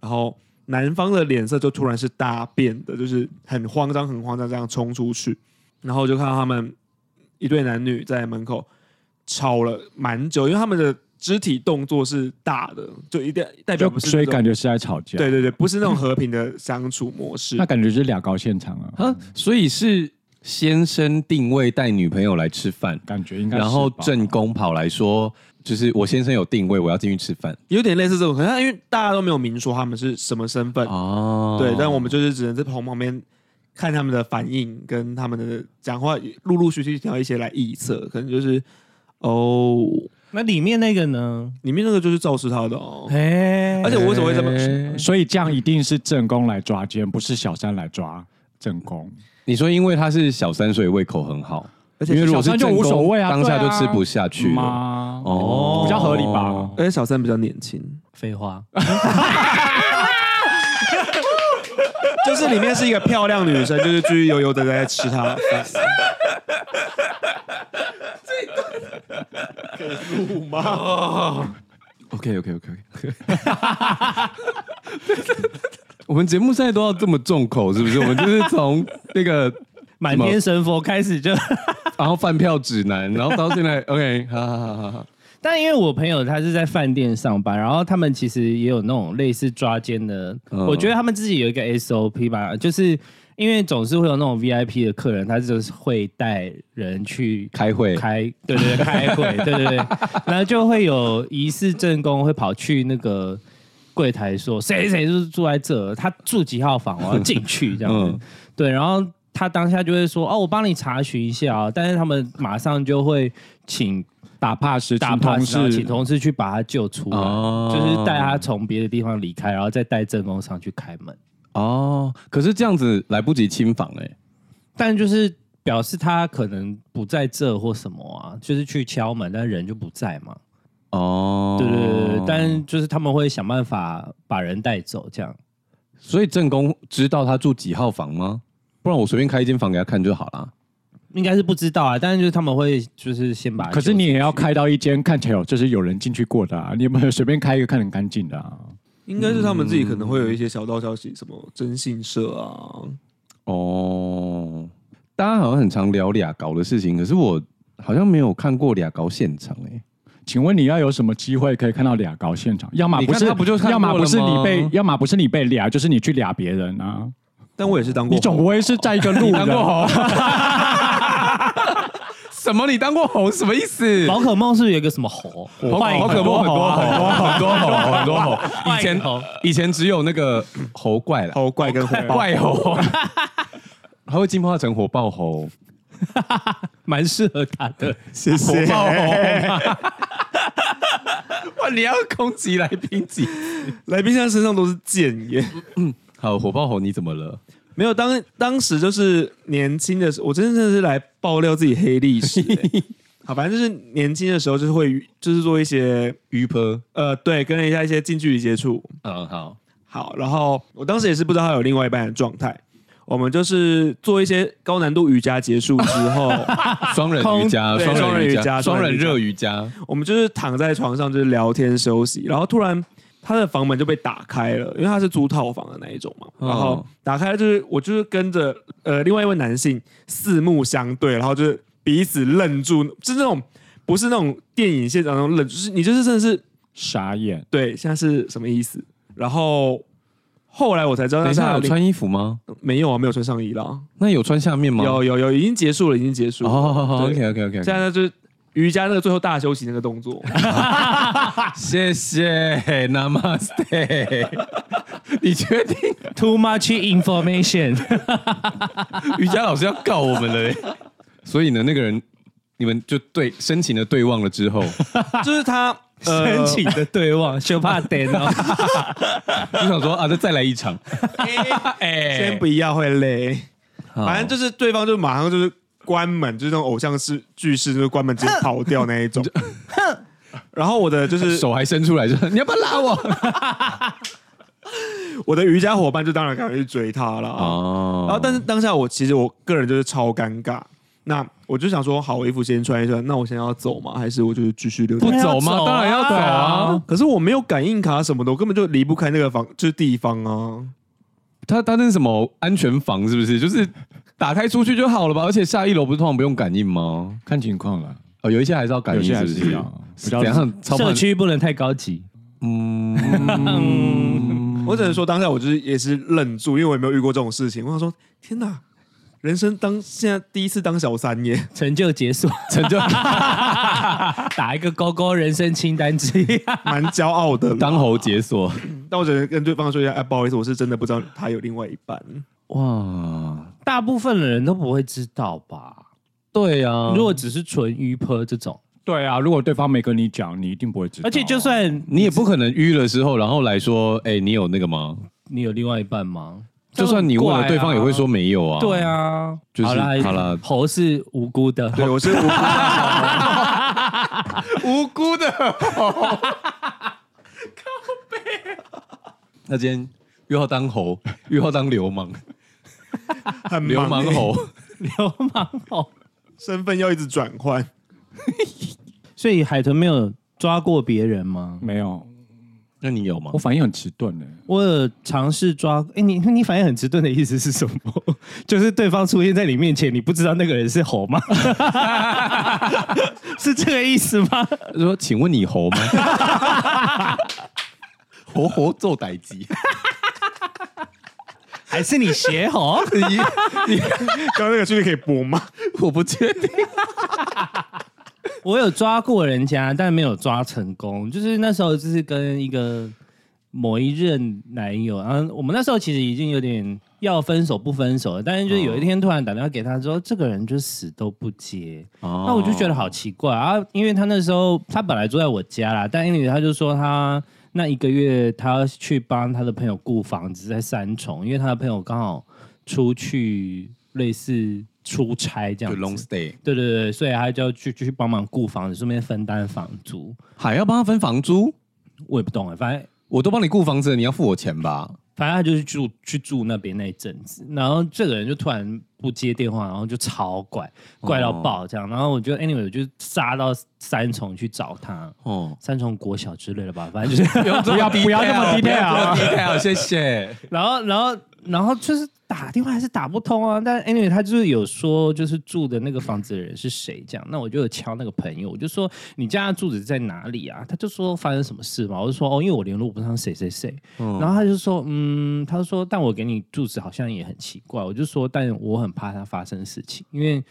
S4: 然后男方的脸色就突然是大变的，就是很慌张、很慌张这样冲出去，然后就看到他们一对男女在门口吵了蛮久，因为他们的肢体动作是大的，就一定代表
S3: 就
S4: 不是
S3: 所以
S4: 那种
S3: 感觉是在吵架。
S4: 对对对，不是那种和平的相处模式
S3: 那。感觉是俩高现场啊，
S1: 啊，所以是先生定位带女朋友来吃饭。
S3: 感觉应该是吧。
S1: 然后正宫跑来说，就是我先生有定位，我要进去吃饭
S4: 有点类似这种，可能因为大家都没有明说他们是什么身份，
S1: 哦
S4: 对，但我们就是只能在旁旁边看他们的反应跟他们的讲话，陆陆续续听到一些来臆测，可能就是哦，
S2: 那里面那个呢？
S4: 里面那个就是肇事他的哦。
S2: 哎、
S4: 而且我为什么会这么？
S1: 哎
S3: 所以这样一定是正宫来抓奸，不是小三来抓正宫。
S1: 你说因为他是小三，所以胃口很好，因为如果是
S3: 小三就
S1: 正
S3: 无
S1: 宫
S3: 所谓啊
S1: 当下就
S3: 对啊
S1: 吃不下去了。
S3: 吗？
S1: 哦
S3: 比较合理吧？
S4: 而且小三比较年轻，
S2: 废 话，
S4: 就是里面是一个漂亮女生，就是居悠悠的在吃她的饭。
S1: OK OK OK OK，我们节目现在都要这么重口，是不是？我们就是从那个，
S2: 满天神佛开始就，
S1: 然后饭票指南，然后到现在 OK，好好好好好，
S2: 但因为我朋友他是在饭店上班，然后他们其实也有那种类似抓奸的，
S1: 嗯
S2: 我觉得他们自己有一个 SOP 吧，就是因为总是会有那种 VIP 的客人，他就是会带人去
S1: 开会
S2: 开对对对，开会，对对对，然后就会有疑似正宫会跑去那个柜台说谁谁就是住在这，他住几号房，我要进 去这样子。
S1: 嗯
S2: 对，然后他当下就会说哦，我帮你查询一下啊，但是他们马上就会请
S3: 打怕时
S2: 大
S3: 请
S2: p a
S3: 同
S2: s 然后请
S3: 事，
S2: 同事去把他救
S3: 啊
S2: 出来，
S1: 哦
S2: 就是带他从别的地方离开，然后再带正宫上去开门。
S1: 哦。可是这样子来不及清房哎、
S2: 但就是表示他可能不在这或什么啊，就是去敲门，但人就不在嘛。
S1: 哦，
S2: 对对对对，但就是他们会想办法把人带走，这样。
S1: 所以正宫知道他住几号房吗？不然我随便开一间房给他看就好啦。
S2: 应该是不知道啊，但是就是他们会就是先把，
S3: 可是你也要开到一间看起来有就是有人进去过的啊，你有没有随便开一个看得很干净的啊？
S4: 应该是他们自己可能会有一些小道消息，什么征信社啊，
S1: 哦，大家好像很常聊俩搞的事情，可是我好像没有看过俩搞现场哎、
S3: 请问你要有什么机会可以看到俩搞现场？要么
S1: 你
S3: 不
S1: 看
S3: 是
S1: 他不就看过
S3: 要么不是
S1: 了
S3: 你
S1: 吗
S3: 被，要么不是你被俩，就是你去俩别人啊。
S4: 但我也是当过
S3: 你总不会是在一个路人，
S1: 什么？你当过猴什么意思？
S2: 宝可梦是不是有一个什么猴？
S1: 宝宝可梦很多猴，很多猴，很多猴。以前
S2: 猴
S1: 以前只有那个猴怪啦，
S4: 猴怪跟红包，
S1: 怪 猴，它会进化成火爆猴。
S2: 蛮适合他 的。
S4: 谢谢。
S1: 哇，你啊要攻击来宾几？
S4: 来宾现在身上都是剑耶。
S1: 好，火爆猴你怎么了？
S4: 没有，当当时就是年轻的时候，我真的是来爆料自己黑历史欸、好，反正就是年轻的时候，就是会就是做一些
S1: 鱼婆，
S4: 呃，对，跟人家一些近距离接触。
S1: 嗯，好，
S4: 好，然后我当时也是不知道他有另外一半的状态。我们就是做一些高难度瑜伽结束之后，
S1: 双人瑜伽，
S4: 对
S1: 双人瑜伽，
S4: 双
S1: 双
S4: 人
S1: 人
S4: 瑜伽
S1: 热瑜伽，
S4: 我们就是躺在床上就是聊天休息，然后突然他的房门就被打开了，因为他是租套房的那一种嘛。
S1: 嗯
S4: 然后打开就是我就是跟着呃另外一位男性四目相对，然后就是彼此愣住，就是那种不是那种电影现场那种愣，就是你就是真的是
S3: 傻眼。
S4: 对现在是什么意思？然后后来我才知道
S1: 等
S4: 他
S1: 一
S4: 是
S1: 下
S4: 他
S1: 有
S4: 的
S1: 穿衣服吗？
S4: 另没有啊，没有穿上衣啦，
S1: 那有穿下面吗？
S4: 有有有已经结束了，已经结束了。
S1: 哦，好好
S4: 对
S1: ，OK OK OK，
S4: 现在就是瑜伽那个最后大休息那个动 作。
S1: 谢谢，Namaste。你确定
S2: Too much information，
S1: 瑜伽老师要告我们了、 欸？所以呢，那个人你们就对深情的对望了之后， 就
S4: 就是他
S1: 呃
S4: 呃
S2: 深情的对望，就怕点哦。
S1: 想说啊，再再来一场。 哎
S4: 呃，先不要会累，反正
S1: 就
S4: 就是对方就马上就是关门，就是那种偶像式句式，就是关门直接跑掉那 一种。然后我的就是
S1: 手还伸出来，就说你要不要拉 我？
S4: 我的瑜伽伙伴就当然赶快去追他了啊。
S1: 哦
S4: 然后但是当下我其实我个人就是超尴尬。那我就想说，好，我衣服先穿一穿。那我现在要走吗？还是我就是继续留在
S1: 不
S4: 这？
S1: 走
S2: 要
S1: 吗？
S2: 走啊
S1: 当然要走啊！
S4: 可是我没有感应卡什么的，我根本就离不开那个房，就是地方啊。
S1: 他他那是什么安全房是不是？就是打开出去就好了吧？而且下一楼不是通常不用感应吗？
S3: 看情况了，
S1: 哦，有一些还是要感
S3: 有
S1: 应，
S3: 些
S1: 是
S3: 还
S1: 不
S3: 是
S1: 是
S3: 要？比较
S1: 怎样？ 超
S2: 社
S1: 怕
S2: 区不能太高级。
S4: 我只能说，当下我就是也是愣住，因为我也没有遇过这种事情。我想说，天哪，人生当现在第一次当小三耶！
S2: 成就 解锁，
S1: 成 就。
S2: 打一个勾勾人生清单之一。
S4: 蛮骄傲的
S1: 当猴解锁。
S4: 但我只能跟对方说一下，哎，不好意思，我是真的不知道他有另外一半。
S1: 哇，
S2: 大部分的人都不会知道吧？
S1: 对啊
S2: 如果只是纯鱼婆这种，
S3: 对啊，如果对方没跟你讲，你一定不会知道。
S2: 而且就算
S1: 你也不可能约了之后，然后来说，哎、你有那个吗？
S2: 你有另外一半吗？
S1: 就算你
S3: 啊
S1: 问了，对方也会说没有啊。
S2: 啊对，啊，
S1: 就是
S2: 好啦
S1: 好啦
S2: 猴是无辜的，
S4: 对，我是无辜的，无辜 的。
S1: 他今天又要当猴，又要当流氓，
S4: 很
S1: 流
S4: 忙
S1: 氓
S4: 欸
S1: 猴。
S2: 流氓哦猴。
S4: 身份要一直转换。
S2: 所以海豚没有抓过别人吗？
S3: 没有，
S1: 那你有吗
S3: 我？反应很迟钝呢。欸
S2: 我有尝试抓，哎、你你反应很迟钝的意思是什么？ 就是对方出现在你面前，你不知道那个人是猴吗？ 是这个意思吗？
S1: 他说，请问你猴吗？ 猴猴做歹鸡，
S2: 还是你学 猴？
S4: 刚刚那个剧可以播吗？
S1: 我不确定。
S2: 我有抓过人家，但没有抓成功。就是那时候就是跟一个某一任男友，然后我们那时候其实已经有点要分手不分手了，但是就是有一天突然打电话给他说，这个人就死都不接。
S1: 哦
S2: 那我就觉得好奇怪啊，因为他那时候他本来住在我家啦，但因为他就说他那一个月他去帮他的朋友顾房子在三重，因为他的朋友刚好出去类似出差
S1: 就
S2: 这样子
S1: long stay，
S2: 对对对，所以他就要去去帮忙顾房子，顺便分担房租。
S1: 还要帮他分房租，
S2: 我也不懂哎，反正
S1: 我都帮你顾房子了，你要付我钱吧？
S2: 反正他就是住去住那边那一阵子，然后这个人就突然不接电话，然后就超怪，怪到爆这样。然后我就 anyway 我就杀到三重去找他，
S1: 哦，
S2: 三重国小之类的吧，反正就是，
S1: 不
S3: 要不要这么 detail
S1: 不要这么 detail，谢啊谢。
S2: 然后然后然后就是打电话还是打不通啊。但 anyway 他就是有说就是住的那个房子的人是谁这样，那我就有敲那个朋友，我就说你家的住址在哪里啊？他就说发生什么事嘛，我就说哦，因为我联络不上谁谁谁，然后他就说嗯，他就说但我给你住址好像也很奇怪，我就说但我很怕他发生事情，因为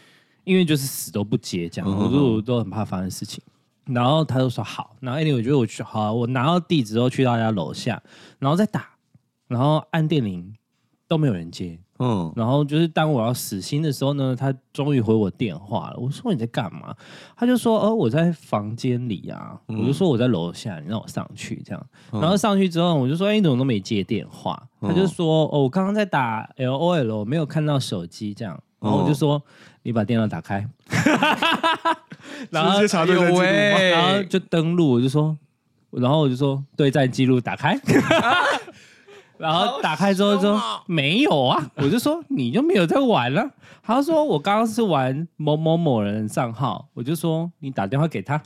S2: 因为就是死都不接这样，我就我都很怕发生事情。然后他就说好，然后 anyway 我觉得我去好啊，我拿到地址之后去到他家楼下，然后再打，然后按电铃都没有人接，
S1: 嗯，
S2: 然后就是当我要死心的时候呢，他终于回我电话了。我说你在干嘛？他就说哦我在房间里啊。我就说我在楼下，你让我上去这样。然后上去之后，我就说哎、你怎么都没接电话？他就说哦我刚刚在打 L O L，我没有看到手机这样。然后我就说、你把电脑打开，然后
S4: 直接查对战记录吗？
S1: 哎
S2: 然后就登录，我就说，然后我就说对战记录打开，然后打开之后说、没有啊，我就说你就没有在玩了、他说我刚刚是玩某某某人账号，我就说你打电话给他，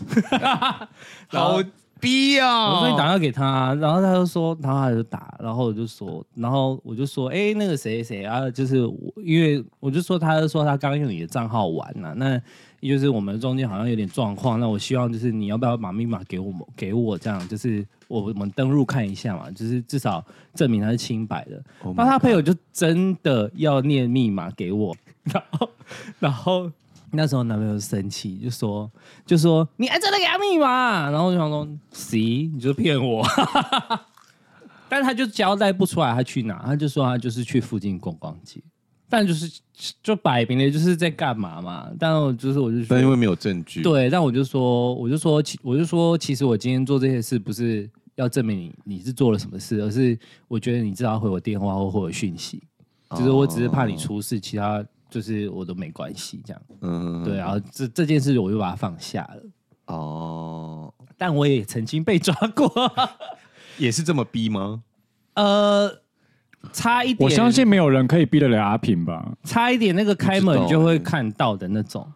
S1: 好逼啊！
S2: 我说你打电话给他啊、然后他就说，然后他就打，然后我就说，然后我就说，哎、那个谁谁啊，就是我，因为我就说，他就说他刚刚用你的账号玩呐、那就是我们中间好像有点状况，那我希望就是你要不要把密码给我们，给我这样，就是我我们登录看一下嘛，就是至少证明他是清白的。
S1: Oh my
S2: 那他朋友就真的要念密码给我，然后然后那时候男朋友生气，就说就说你还真的给他密码，啊然后我就想说行，你就骗我， 但是他就交代不出来他去哪，他就说他就是去附近逛逛街，但就是就摆明了就是在干嘛嘛，但我就是我就觉得
S1: 但因为没有证据，，
S3: 嗯
S2: 对，但我就说我就说其我就说其实我今天做这些事不是要证明你你是做了什么事，而是我觉得你至少回我电话或回我讯息，就是我只是怕
S3: 哦
S2: 你出事，其他就是我都没关系这样。
S1: 嗯，
S2: 对，然后这这件事我就把它放下了。
S1: 哦，
S2: 但我也曾经被抓过，
S1: 也是这么逼吗？
S2: 呃，差一点，
S3: 我相信没有人可以逼得了阿平吧？
S2: 差一点那个开门就会看到的那种。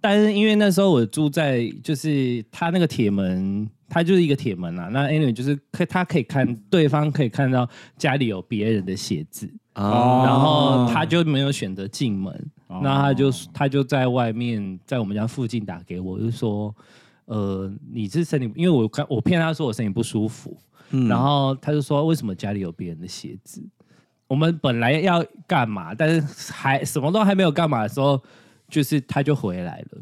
S2: 但是因为那时候我住在就是他那个铁门，它就是一个铁门啊。那 anyway 就是可他可以看对方可以看到家里有别人的鞋子，
S1: 啊，
S2: 然后他就没有选择进门，
S3: 哦
S2: 那他就他就在外面，在我们家附近打给我，就说，呃，你是身体，因为我刚我骗他说我身体不舒服，然后他就说为什么家里有别人的鞋子？我们本来要干嘛，但是还什么都还没有干嘛的时候，就是他就回来了。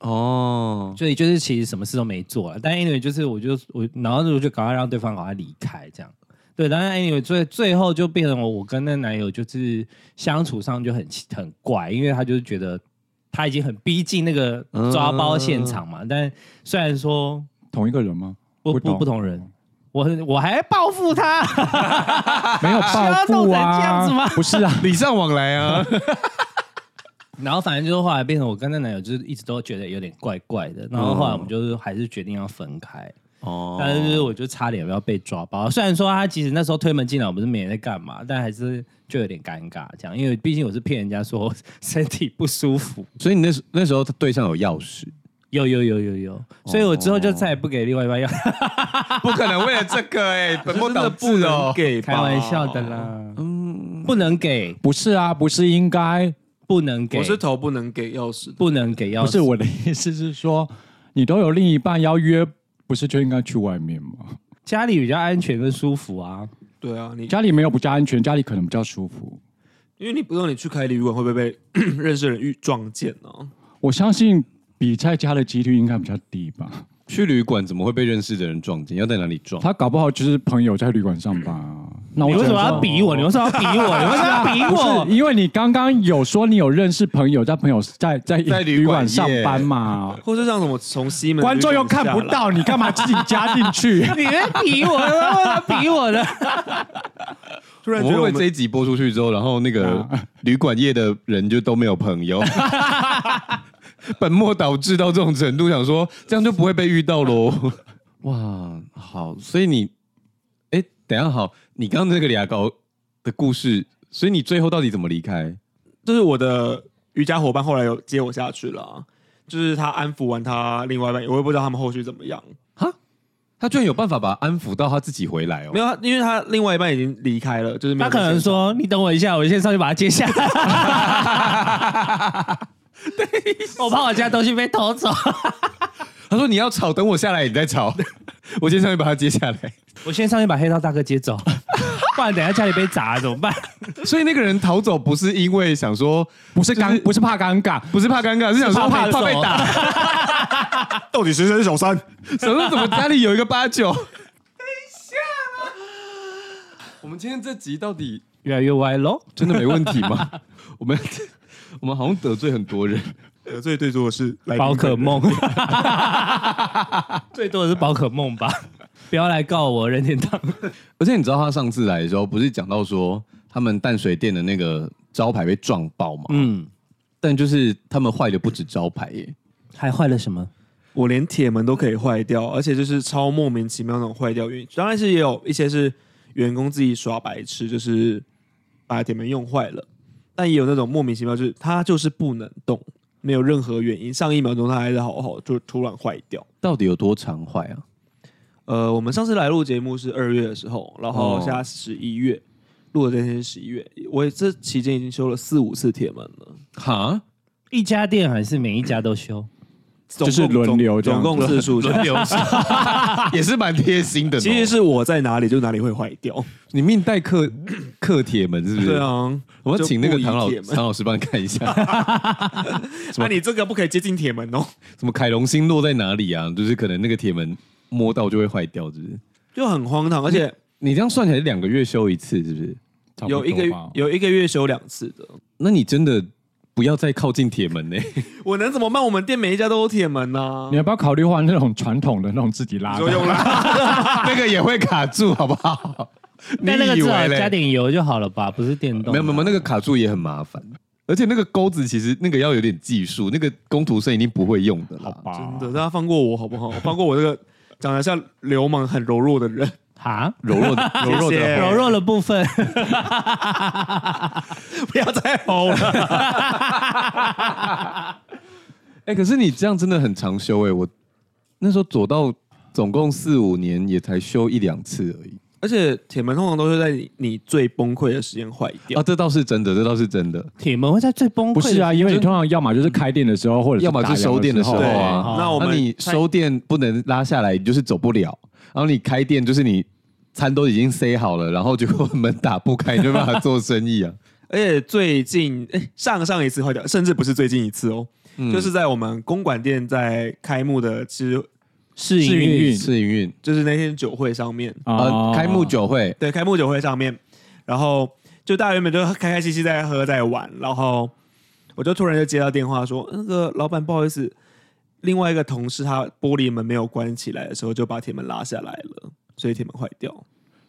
S1: 哦，
S2: 所以就是其实什么事都没做了，但 anyway 就是我就我，然后我就赶快让对方赶快离开这样。对，但是 anyway 最最后就变成我我跟那男友就是相处上就很奇很怪，因为他就是觉得他已经很逼近那个抓包现场嘛。但虽然说
S3: 同一个人吗？
S2: 不不
S3: 懂
S2: 不同人，我我还报复他，
S3: 没有
S2: 需要
S3: 报
S2: 弄成
S3: 复
S2: 这样
S3: 啊
S2: 子吗，
S3: 不是啊，
S4: 礼尚往来啊，
S2: 然后反正就是后来变成我跟那男友就是一直都觉得有点怪怪的，然后后来我们就是还是决定要分开。
S1: 哦
S2: 但是就是我就差点要被抓包。虽然说他其实那时候推门进来，我们是没在干嘛，但还是就有点尴尬这样，因为毕竟我是骗人家说身体不舒服。
S1: 所以你那时那时候他对象有钥匙，
S2: 有有有有有，所以我之后
S3: 哦
S2: 就再也不给另外一半要，
S4: 不可能为了这个哎，本末倒置哦，给
S2: 开玩笑的。啦，
S3: 嗯
S2: 不能给，
S3: 不是啊，不是应该，
S2: 不能给，
S4: 我是头不能给钥匙的，
S2: 不能给要
S3: 不是我的意思是说，你都有另一半要约，不是就应该去外面吗？
S2: 家里比较安全跟舒服啊。
S4: 对啊，你
S3: 家里没有不加安全，家里可能比较舒服。
S4: 因为你不知道你去开旅馆会不会被 认识的人遇撞见哦。
S3: 我相信比在家的几率应该比较低吧。
S1: 去旅馆怎么会被认识的人撞见？要在哪里撞？
S3: 他搞不好就是朋友在旅馆上班啊。那我
S2: 嗯你
S3: 只
S2: 为
S3: 能
S2: 什么要
S3: 说
S2: 比我？你为什么要比我？你为什么要比
S3: 不
S2: 我
S3: 是，？因为你刚刚有说你有认识朋友，在朋友在在
S1: 在旅
S3: 旅
S1: 馆
S3: 馆上
S1: 业
S3: 班嘛，
S4: 或是像什么从西门
S3: 观众又
S4: 旅馆
S3: 看
S4: 下
S3: 不
S4: 来，
S3: 到，你干嘛自己加进去？
S2: 你在比我，你为什么要比我呢？
S4: 突然
S1: 我
S4: 觉
S1: 们
S4: 得
S1: 会不会
S4: 我
S1: 这
S4: 们
S1: 一集播出去之后，然后那个 旅馆业的人就都没有朋 友，本末倒置到这种程度，想说这样就不会被遇到喽。 哇，好，所以你，哎、等一下好，你刚刚那个牙膏的故事，所以你最后到底怎么离开？
S4: 就是我的瑜伽伙伴后来有接我下去了啊，就是他安抚完他另外一半，我也不知道他们后续怎么样。
S1: 他居然有办法把他安抚到他自己回来哦
S4: 没。有，他因为他另外一半已经离开了，就是没
S2: 他
S4: 有
S2: 可能
S4: 在现场
S2: 说：“你等我一下，我先上去把它接 下来。”我怕我家东西被偷走。
S1: 他说你要吵，等我下来，你再 吵。我先上去把他接下来。
S2: 我先上去把黑道大哥接走， 不然等下家里被砸怎么办？
S1: 所以那个人逃走不是因为想说，
S3: 不是尴，不是怕尴尬，
S1: 不是怕尴尬，是想说怕
S2: 怕
S1: 怕被
S2: 被揍
S1: 打。
S4: 到底谁先手三？
S1: 想说怎么家里有一个八九？等一下啊我们今天这集到底
S2: 越来越歪喽。
S1: 真的没问题 吗？我们我们好像得罪很多人。
S4: 得罪最多的是来宾
S2: 宝可
S4: 本人，
S2: 梦， 最多的是宝可梦吧？不要来告我任天堂。
S1: 而且你知道他上次来的时候，不是讲到说他们淡水店的那个招牌被撞爆吗？
S2: 嗯，
S1: 但就是他们坏的不止招牌耶，
S2: 还坏了什么？
S4: 我连铁门都可以坏掉，而且就是超莫名其妙那种坏掉原因。当然是也有一些是员工自己耍白痴，就是把铁门用坏了，但也有那种莫名其妙，就是他就是不能动，没有任何原因。上一秒钟他还是好好，就突然坏掉。
S1: 到底有多常坏啊？
S4: 呃，我们上次来录节目是二月的时候，然后
S1: 哦
S4: 现在十一月、录的这天是十一月，我这期间已经修了四五次铁门了，
S1: 哈，
S2: 一家店还是每一家都修？
S4: 总
S3: 就是
S4: 共
S3: 轮流这
S4: 总
S3: 样
S4: 总共次 数这样。
S1: 流也是蛮贴心的喏。哦
S4: 其实是我在哪里就哪里会坏掉。
S1: 你命带客客铁门是不是？
S4: 对，啊，
S1: 我要请那个唐老
S4: 就不宜铁
S1: 唐
S4: 门
S1: 老师帮你看一下。
S4: 那、啊你这个不可以接近铁门哦，
S1: 什么凯龙星落在哪里啊？就是可能那个铁门摸到就会坏掉，是不是？
S4: 就很荒唐。而且
S1: 你这样算起来两个月修一次，是不是？
S3: 嗯差不多
S4: 有一个
S3: 吧
S4: 有一个月修两次的，
S1: 那你真的不要再靠近铁 门呢、
S4: 我能怎么办？我们店每一家都有铁门 呐、
S3: 你要不要考虑换那种传统的那种自己拉的？
S4: 了，
S1: 那个也会卡住，好不好？你
S2: 但那个
S1: 以
S2: 至少
S1: 为嘞
S2: 加？点啊油就好了吧？不是电动的。
S1: 没有没有，没有那个卡住也很麻烦，而且那个钩子其实那个要有点技术，那个工读生一定不会用的
S3: 好
S1: 啦。
S3: 吧，
S4: 真的，大家放过我好不好？放过我这个长得像流氓、很柔弱的人。
S2: 哈，
S1: 柔弱 的柔弱
S4: 谢谢
S1: 的，哦
S2: 柔弱的部分。
S4: 不要再吼了，
S1: 哎、可是你这样真的很常修哎、我那时候走到总共四五年也才修一两次而已。
S4: 而且铁门通常都是在你你最崩溃的时间坏掉
S1: 啊，。这倒是真的，这倒是真的。
S2: 铁门会在最崩溃。
S3: 不是啊，，因为你通常要么就是开店的时候，或者
S1: 要么
S3: 是
S1: 是收店的时候
S4: 对，
S1: 啊，
S2: 哦
S4: 那我
S1: 那
S4: 们
S1: 你收店不能拉下来，你就是走不了。然后你开店，就是你餐都已经塞好了，然后结果门打不开，你就没办法做生 意啊。
S4: 而且最近哎、上上一次坏掉，甚至不是最近一次哦，
S1: 嗯
S4: 就是在我们公馆店在开幕的，其实
S2: 试
S3: 试
S2: 营
S3: 营
S2: 运
S3: 运
S1: 试营运，
S4: 就是那天酒会上面，
S3: 啊
S1: 呃，
S4: 啊
S1: 开幕
S3: 酒
S1: 酒会，
S4: 对，开幕酒会上面，然后就大家原本就开开心心在喝在玩，然后我就突然就接到电话说，那个老板不好意思，另外一个同事他玻璃门没有关起来的时候，就把铁门拉下来了，所以铁门坏掉。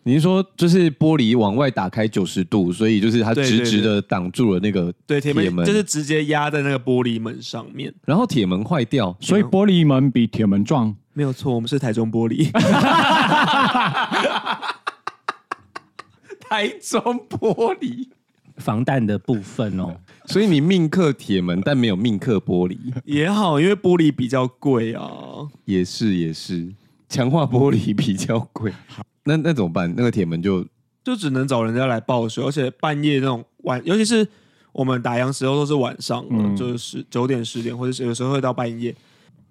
S1: 你是说就是玻璃往外打开九十度，所以就是它
S4: 对
S1: 直
S4: 对
S1: 直的挡住了那个
S4: 对，铁门
S1: 铁门
S4: 就是直接压在那个玻璃门上面，
S1: 然后铁门坏 掉，
S3: 所以玻璃门比铁门壮。
S4: 没有错，我们是台中玻璃，
S1: 台中玻璃，
S2: 防弹的部分哦。
S1: 所以你命克铁门，但没有命克玻璃，
S4: 也好，因为玻璃比较贵啊。
S1: 也是也是，强化玻璃比较贵。那那怎么办？那个铁门就
S4: 就只能找人家来报修，而且半夜那种晚，尤其是我们打烊时候都是晚上了，
S3: 嗯
S4: 就是十九点、十点，或者是有时候会到半夜。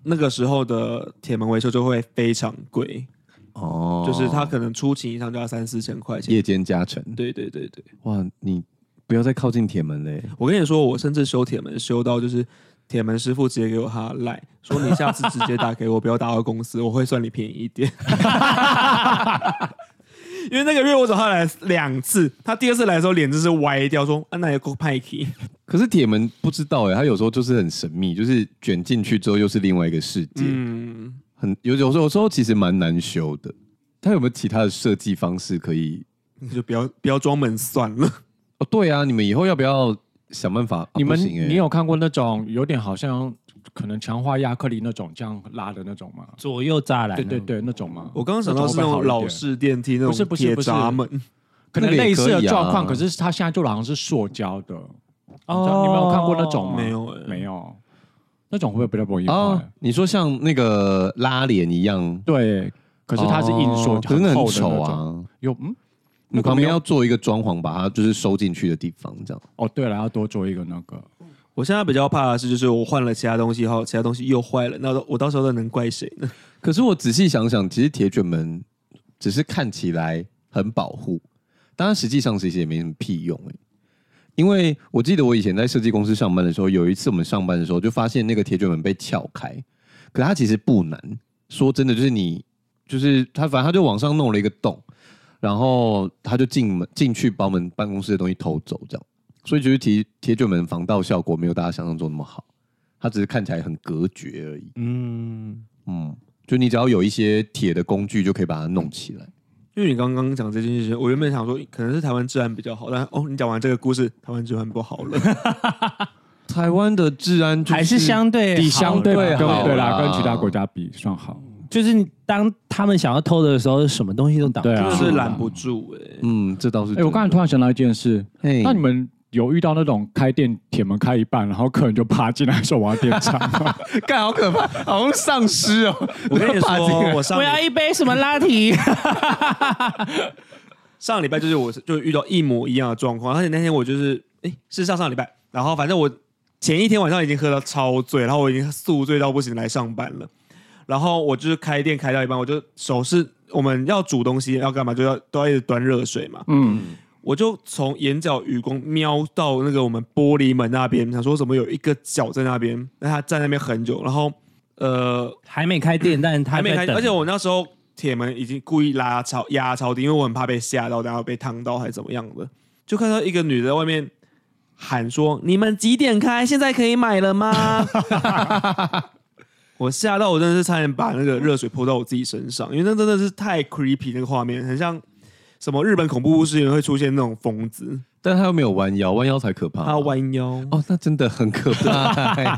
S4: 那个时候的铁门维修就会非常贵，
S1: 哦，
S4: 就是他可能出勤一趟就要三四千块钱。
S1: 夜间加成。
S4: 对对对对，
S1: 哇，你不要再靠近铁门嘞！
S4: 我跟你说，我甚至修铁门修到就是铁门师傅直接给我他赖，说你下次直接打给我，不要打到公司，我会算你便宜一点。 因为那个月我找他来两次，他第二次来的时候脸真是歪掉，说啊那也够派气。
S1: 可是铁门不知道哎，它有时候就是很神秘，就是卷进去之后又是另外一个世界，
S4: 嗯，
S1: 很有有时候有时候其实蛮难修的。它有没有其他的设计方式可以？
S4: 你就不要不要装门算了。
S1: 哦，对啊，你们以后要不要想办法？啊
S3: 你们
S1: 不行哎
S3: 你有看过那种有点好像可能强化亚克力那种这样拉的那种吗？
S2: 左右栅栏，啊
S3: 对对，对，那种吗？
S4: 我刚刚想到是那
S3: 种
S4: 种
S3: 会好一
S4: 老
S3: 点
S4: 式电梯那
S3: 不是
S4: 种
S3: 不是
S4: 铁
S3: 不是
S4: 闸门，
S3: 可能
S1: 那个也
S3: 类似
S1: 可
S3: 的
S1: 以啊
S3: 状况，可是它现在就好像是塑胶的。
S2: 哦
S3: 你们有看过那种吗？
S4: 没有欸
S3: 没有，那种会不会比较容易
S1: 啊
S3: 坏？？
S1: 你说像那个拉帘一样，
S3: 对，可
S1: 可
S3: 是它是硬塑，
S1: 哦可是那很
S3: 厚的
S1: 丑
S3: 那种。
S1: 啊。
S3: 有嗯，
S1: 你
S3: 那个
S1: 旁
S3: 没
S1: 边
S3: 有
S1: 要做一个装潢，把它就是收进去的地方，这样。
S3: 哦，对了，要多做一个那个。
S4: 我现在比较怕的是，就是我换了其他东西后，其他东西又坏了，那我到时候能怪谁呢？
S1: 可是我仔细想想，其实铁卷门只是看起来很保护，当然实际上其实也没什么屁用哎、因为我记得我以前在设计公司上班的时候，有一次我们上班的时候就发现那个铁卷门被撬开，可它其实不难。说真的，就是你就是他，反正他就往上弄了一个洞，然后他就进门进去把我们办公室的东西偷走，这样。所以就是铁铁卷门防盗效果没有大家想象中那么好，它只是看起来很隔绝而已。
S2: 嗯，
S1: 嗯，就你只要有一些铁的工具，就可以把它弄起来。
S4: 因为你刚刚讲这件事情，我原本想说可能是台湾治安比较好，但哦，你讲完这个故事，台湾治安不好了。
S1: 台湾的治安、就
S2: 还是相对
S3: 比相对
S1: 对
S3: 跟
S1: 哎好
S3: 对啦，
S1: 啦
S3: 跟其他国家比算好。
S2: 就是当他们想要偷的时候，什么东西都挡不
S3: 对
S2: 住
S3: 啊
S4: 真的
S2: 了。
S4: 是拦不住哎、
S1: 嗯，这倒是真哎
S3: 哎、
S1: 的。
S3: 我刚才突然想到一件事，
S1: 嘿，
S3: 那你们有遇到那种开店铁门开一半，然后客人就爬进来说我要点餐 吗？
S1: 干好可怕，好像丧尸哦。
S4: 我跟你说，我上
S2: 我要
S4: 礼
S2: 一杯什么拉提？
S4: 上礼拜就是我就遇到一模一样的状况，而且那天我就是哎、是上上礼拜，然后反正我前一天晚上已经喝到超醉，然后我已经宿醉到不行来上班了，然后我就是开店开到一半，我就手是我们要煮东西要干嘛，就要都要一直端热水嘛，
S3: 嗯，
S4: 我就从眼角余光瞄到那个我们玻璃门那边，想说怎么有一个脚在那边，那他站那边很久，然后呃
S2: 还没开店，但他
S4: 还没
S2: 在
S4: 开，
S2: 等
S4: 而且我那时候铁门已经故意拉超压超低，因为我很怕被吓到，然后被烫到还是怎么样的，就看到一个女的在外面喊说：“你们几点开？现在可以买了吗？” 我吓到，我真的是差点把那个热水泼到我自己身上，因为那真的是太 creepy 那个画面，很像什么日本恐怖故事里面会出现那种疯子，
S1: 但他又没有弯腰，弯腰才可怕。
S4: 他啊弯腰。
S1: 哦，那真的很可怕。
S4: 不啊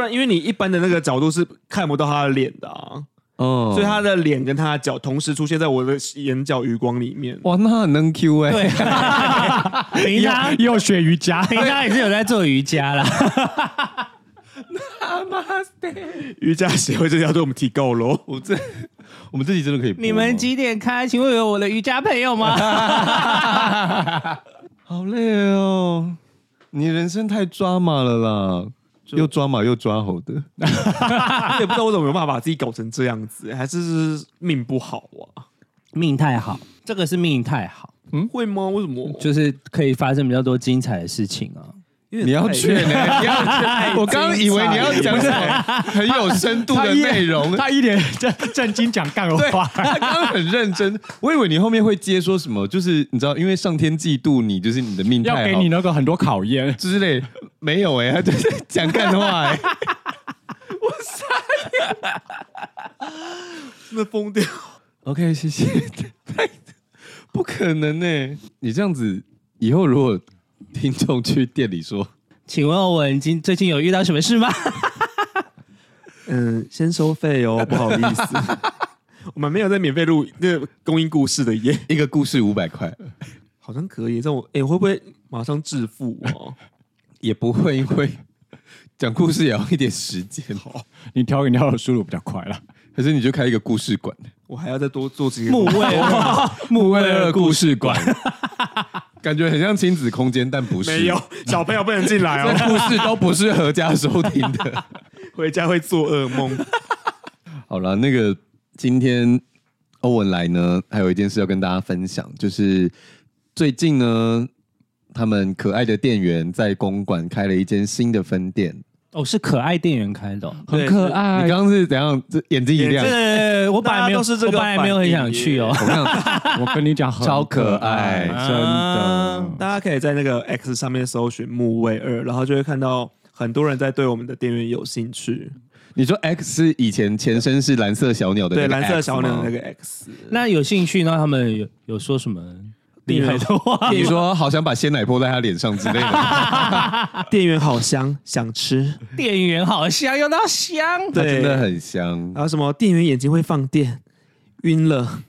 S4: 然，因为你一般的那个角度是看不到他的脸的啊，
S1: 哦，
S4: 所以他的脸跟他的脚同时出现在我的眼角余光里面。
S1: 哇，那很能 Q 哎、
S2: 对，平常
S3: 又学瑜伽，
S2: 平常也是有在做瑜伽啦。
S4: 瑜伽协会这条对我们提高喽。
S1: 我这 我们这集真的可以播吗。
S2: 你们几点开？请问有我的瑜伽朋友吗？
S1: 好累哦，你人生太抓马了啦，又抓马又抓猴的。
S4: 我 也不知道我怎么有办法把自己搞成这样子，还是是命不好啊？
S2: 命太好，这个是命太好，
S4: 会吗？为什么？
S2: 就是可以发生比较多精彩的事情啊。
S1: 你要劝呢、你要劝。我刚刚以为你要讲什么很有深度的内容，
S3: 他一脸正正经讲干话，
S1: 他刚刚很认真，我以为你后面会接说什么，就是你知道，因为上天嫉妒你，就是你的命
S3: 要
S1: 太
S3: 给
S1: 好
S3: 你那个很多考验。
S1: 之类，没有哎、他就是讲干话哎、
S4: 那疯掉。
S1: OK，谢谢。 不可能呢、你这样子以后如果听众去店里说，
S2: 请问欧文今最近有遇到什么事吗？
S4: 嗯，先收费 哦，不好意思，我们没有在免费录那个公益故事的耶，
S1: 一个故事五百块，
S4: 好像可以这种，哎、会不会马上致富哦？
S1: 也不会因为讲故事也要一点时间，
S3: 你挑饮料的速度比较快啦。
S1: 可是你就开一个故事馆，
S4: 我还要再多做 几个
S2: 木卫二，
S1: 木卫二故事馆，感觉很像亲子空间，但不是，
S4: 没有，小朋友不能进来
S1: 这
S4: 哦，
S1: 故事都不是合家收听的。
S4: 回家会做噩梦。
S1: 好了，那个今天欧文来呢，还有一件事要跟大家分享，就是最近呢，他们可爱的店员在公馆开了一间新的分店。
S2: 哦，是可爱店员开的哦、
S4: 对
S3: 很可
S1: 你
S3: 爱，
S1: 刚刚是怎样？这眼睛一亮，
S2: 这我本来没有，
S4: 大家都是这个
S2: 我本来没有很想去哦。
S1: 我 看
S3: 我跟你讲，很
S1: 超可爱
S3: 真
S2: 啊
S3: 的。
S4: 嗯大家可以在那个 X 上面搜寻木卫二，然后就会看到很多人在对我们的店员有兴趣。
S1: 你说 X 是以前前身是蓝色小鸟的那
S4: 对，
S1: 个 X 吗，
S4: 蓝色小鸟的那个 X，
S2: 那有兴趣呢？他们有有说什么厉害的 话？
S1: 你说好想把鲜奶泼在他脸上之类的，啊
S4: 店员好香，想吃。
S2: 店员好香，用到香。
S1: 它
S4: 对，
S1: 真的很香。
S4: 还有什么店员眼睛会放电，晕了。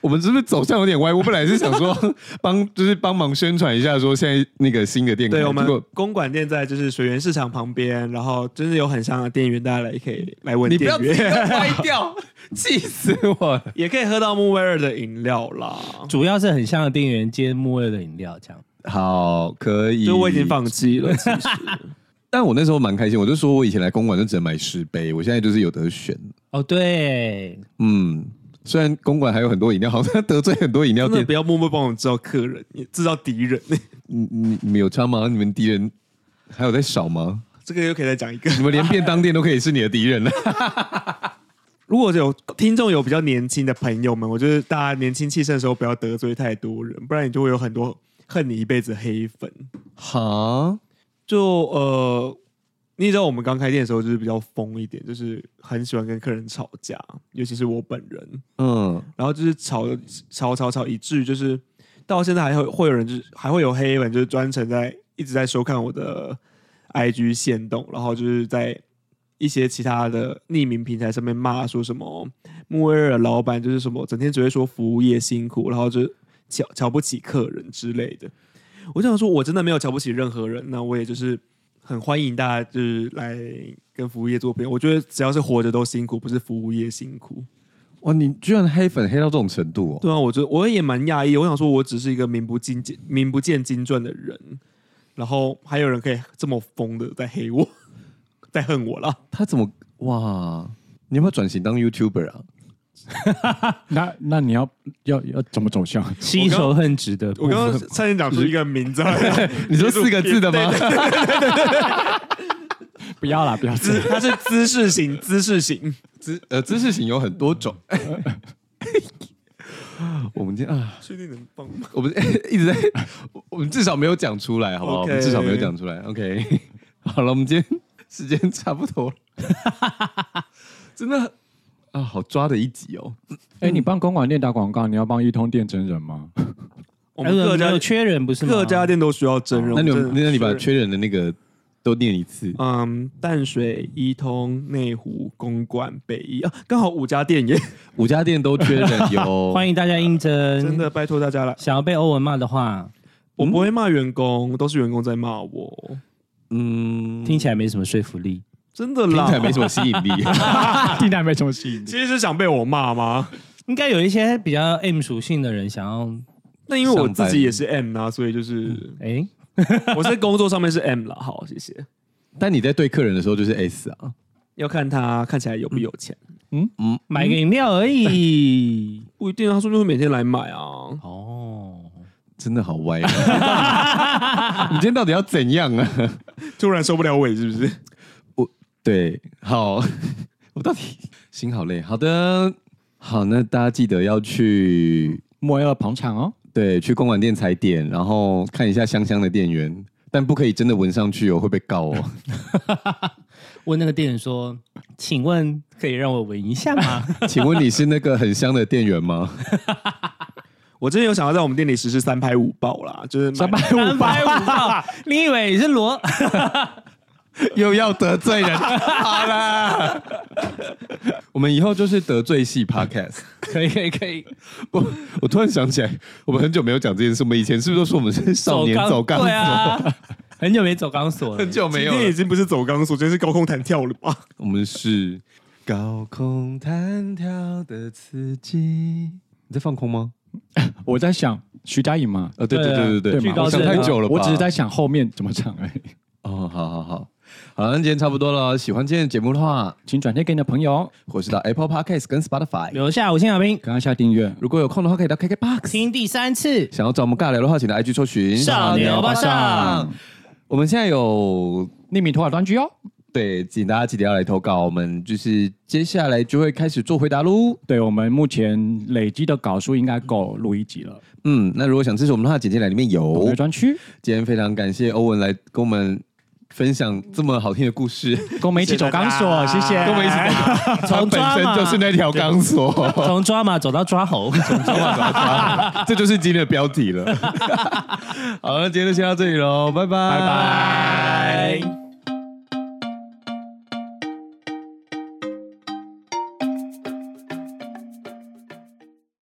S1: 我们是不是走向有点歪？我本来是想说帮，就是帮忙宣传一下，说现在那个新的店开，
S4: 对我们
S1: 结果
S4: 公馆店在就是水源市场旁边，然后真的有很香的店员，大家来可以来问
S1: 你不要
S4: 店
S1: 自己
S4: 员，
S1: 歪掉， 气死我了！
S4: 也可以喝到木卫二的饮料 啦。
S2: 主要是很像的店员接木卫的饮料这样。
S1: 好，可以。
S4: 就我已经放弃了，其实
S1: 但我那时候蛮开心，我就说我以前来公馆就只能买十杯，我现在就是有得选。
S2: 哦，对，
S1: 嗯，虽然公馆还有很多饮料，好像得罪很多饮料
S4: 真的
S1: 店
S4: 不。要默默帮我们制造客人，也制造敌人。
S1: 你你你们有差吗？你们敌人还有在少吗？
S4: 这个又可以再讲一个。
S1: 你们连便当店都可以是你的敌人了。啊
S4: 如果有听众有比较年轻的朋友们，我觉得大家年轻气盛的时候不要得罪太多人，不然你就会有很多恨你一辈子的黑粉。
S1: 哈，
S4: 就呃，你也知道我们刚开店的时候就是比较疯一点，就是很喜欢跟客人吵架，尤其是我本人。
S1: 嗯，
S4: 然后就是吵的吵吵吵，以至于就是到现在还会会有人就是还会有黑粉，就是专程在一直在收看我的 IG 线动，然后就是在一些其他的匿名平台上面骂说什么木卫尔老板就是什么整天只会说服务业辛苦，然后就是瞧瞧不起客人之类的。我就想说，我真的没有瞧不起任何人，那我也就是很欢迎大家就是来跟服务业做朋友。我觉得只要是活着都辛苦，不是服务业辛苦。
S1: 哇，你居然黑粉黑到这种程度哦！
S4: 对啊，我觉得我也蛮讶异。我想说，我只是一个名不经见、名不见经传的人，然后还有人可以这么疯的在黑我， 在恨我啦。
S1: 他怎么哇？你要不要转型当 YouTuber 啊？
S3: 那那你要要要怎么走向？
S2: 吸手恨值的
S4: 我
S2: 部
S4: 刚刚
S2: 分。
S4: 差点讲出一个名字来，
S1: 你说四个字的吗？
S3: 不要啦，不 要
S4: 姿，它是姿势型，姿势型。
S1: 知呃知识型有很多种。 我们今天啊，
S4: 确定能放吗？
S1: 我们 一直在，我我们至少没有讲出来，好不好
S4: OK
S1: 我们至少没有讲出来。OK，好了， 我们今天时间差不多了， 真的啊，好抓的一集哦。
S3: 哎、你帮公馆店打广告，你要帮一通店真人 吗？
S4: 我们各
S2: 哎没
S4: 家
S2: 有缺人不是吗？
S4: 各家店都需要真人。
S1: 那你
S4: 我
S1: 们
S4: 真的
S1: 那你把
S4: 是
S1: 缺人的那个都念一次。
S4: 嗯淡水、一通、内湖、公馆、北一啊，刚好五家店耶，
S1: 五家店都缺人有，
S2: 欢迎大家应征。
S4: 真的，嗯拜托大家来。
S2: 想要被欧文骂的话，
S4: 我不会骂员工，都是员工在骂我，
S1: 嗯，
S2: 听起来没什么说服力。
S4: 真的
S1: 听
S4: 啦
S1: 起来。没什么吸引力。
S3: 啊听起来没什么吸引力。
S4: 其实是想被我骂吗？
S2: 应该有一些比较 M 属性的人想要，
S4: 那因为我
S1: 上班
S4: 自己也是 M 啊，所以就是
S2: 哎、
S4: 我在工作上面是 M 了。好，谢谢。
S1: 但你在对客人的时候就是 S 啊，
S4: 要看他看起来有不有钱，
S2: 买个饮料而已。
S4: 不一定啊，他说不定会每天来买啊。
S2: 哦，
S1: 真的好歪、啊。 你今天到底要怎样啊？
S4: 突然受不了尾是不是？
S1: 对，好， 我到底心好累。好的，好，那大家记得要去
S3: 莫要捧场哦，
S1: 对去公馆店踩点，然后看一下香香的店员，但不可以真的闻上去哦，会被告 哦。
S2: 问那个店员说：“请问可以让我闻一下 吗
S1: 请问你是那个很香的店员吗？
S4: 我之前有想要在我们店里实施三拍五爆啦，就是三拍？”
S2: 三拍五爆，你以为你是罗？
S1: 又要得罪人，好啦， 我们以后就是得罪系 podcast。
S2: 可以可以可以，
S1: 我我突然想起来，我们很久没有讲这件事，我们以前是不是都说我们 是少年走钢索？
S2: 对啊，很久没走钢索了
S1: 很。久没有
S4: 今天已
S1: 了，
S4: 经不是走钢索，今天是高空弹跳了吧？
S1: 我们是高空弹跳的刺激。你在放空吗？
S3: 我在想徐佳莹嘛，
S1: 呃，对对
S2: 对啊
S1: 对对对，
S3: 对嘛
S1: 我想
S2: 巨高
S1: 太
S2: 症啊
S1: 久了吧，
S3: 我只是在想后面怎么唱而已。
S1: 哦，好好好，好，那今天差不多了。喜欢今天的节目的话，
S3: 请转贴给你的朋友，
S1: 或是到 Apple Podcast 跟 Spotify。
S2: 留下五星好评，
S3: 赶快下订阅。
S1: 如果有空的话，可以到 KKBox。
S2: 听第三次。
S1: 想要找我们尬聊的话，请到 IG 搜寻
S2: 少年欧巴桑。
S1: 我们现在有
S3: 匿名投稿专区哦。
S1: 对，请大家记得要来投稿，我们就是接下来就会开始做回答喽。
S3: 对我们目前累积的稿数应该够录一集了。
S1: 嗯，那如果想支持我们的话，简介栏里面
S3: 我
S1: 有
S3: 们。专区
S1: 今天非常感谢欧文来跟我们分享这么好听的故事，
S3: 跟我们一起走钢索，谢
S4: 谢谢
S3: 谢。
S4: 大家
S1: 跟我们一起走
S2: 从
S1: 本
S2: 抓
S1: 身
S2: 马
S1: 就是那条钢索。
S2: 从抓马走到抓猴，
S1: 这就是今天的标 题了。好了，今天就先到这里喽，拜拜，拜
S2: 拜。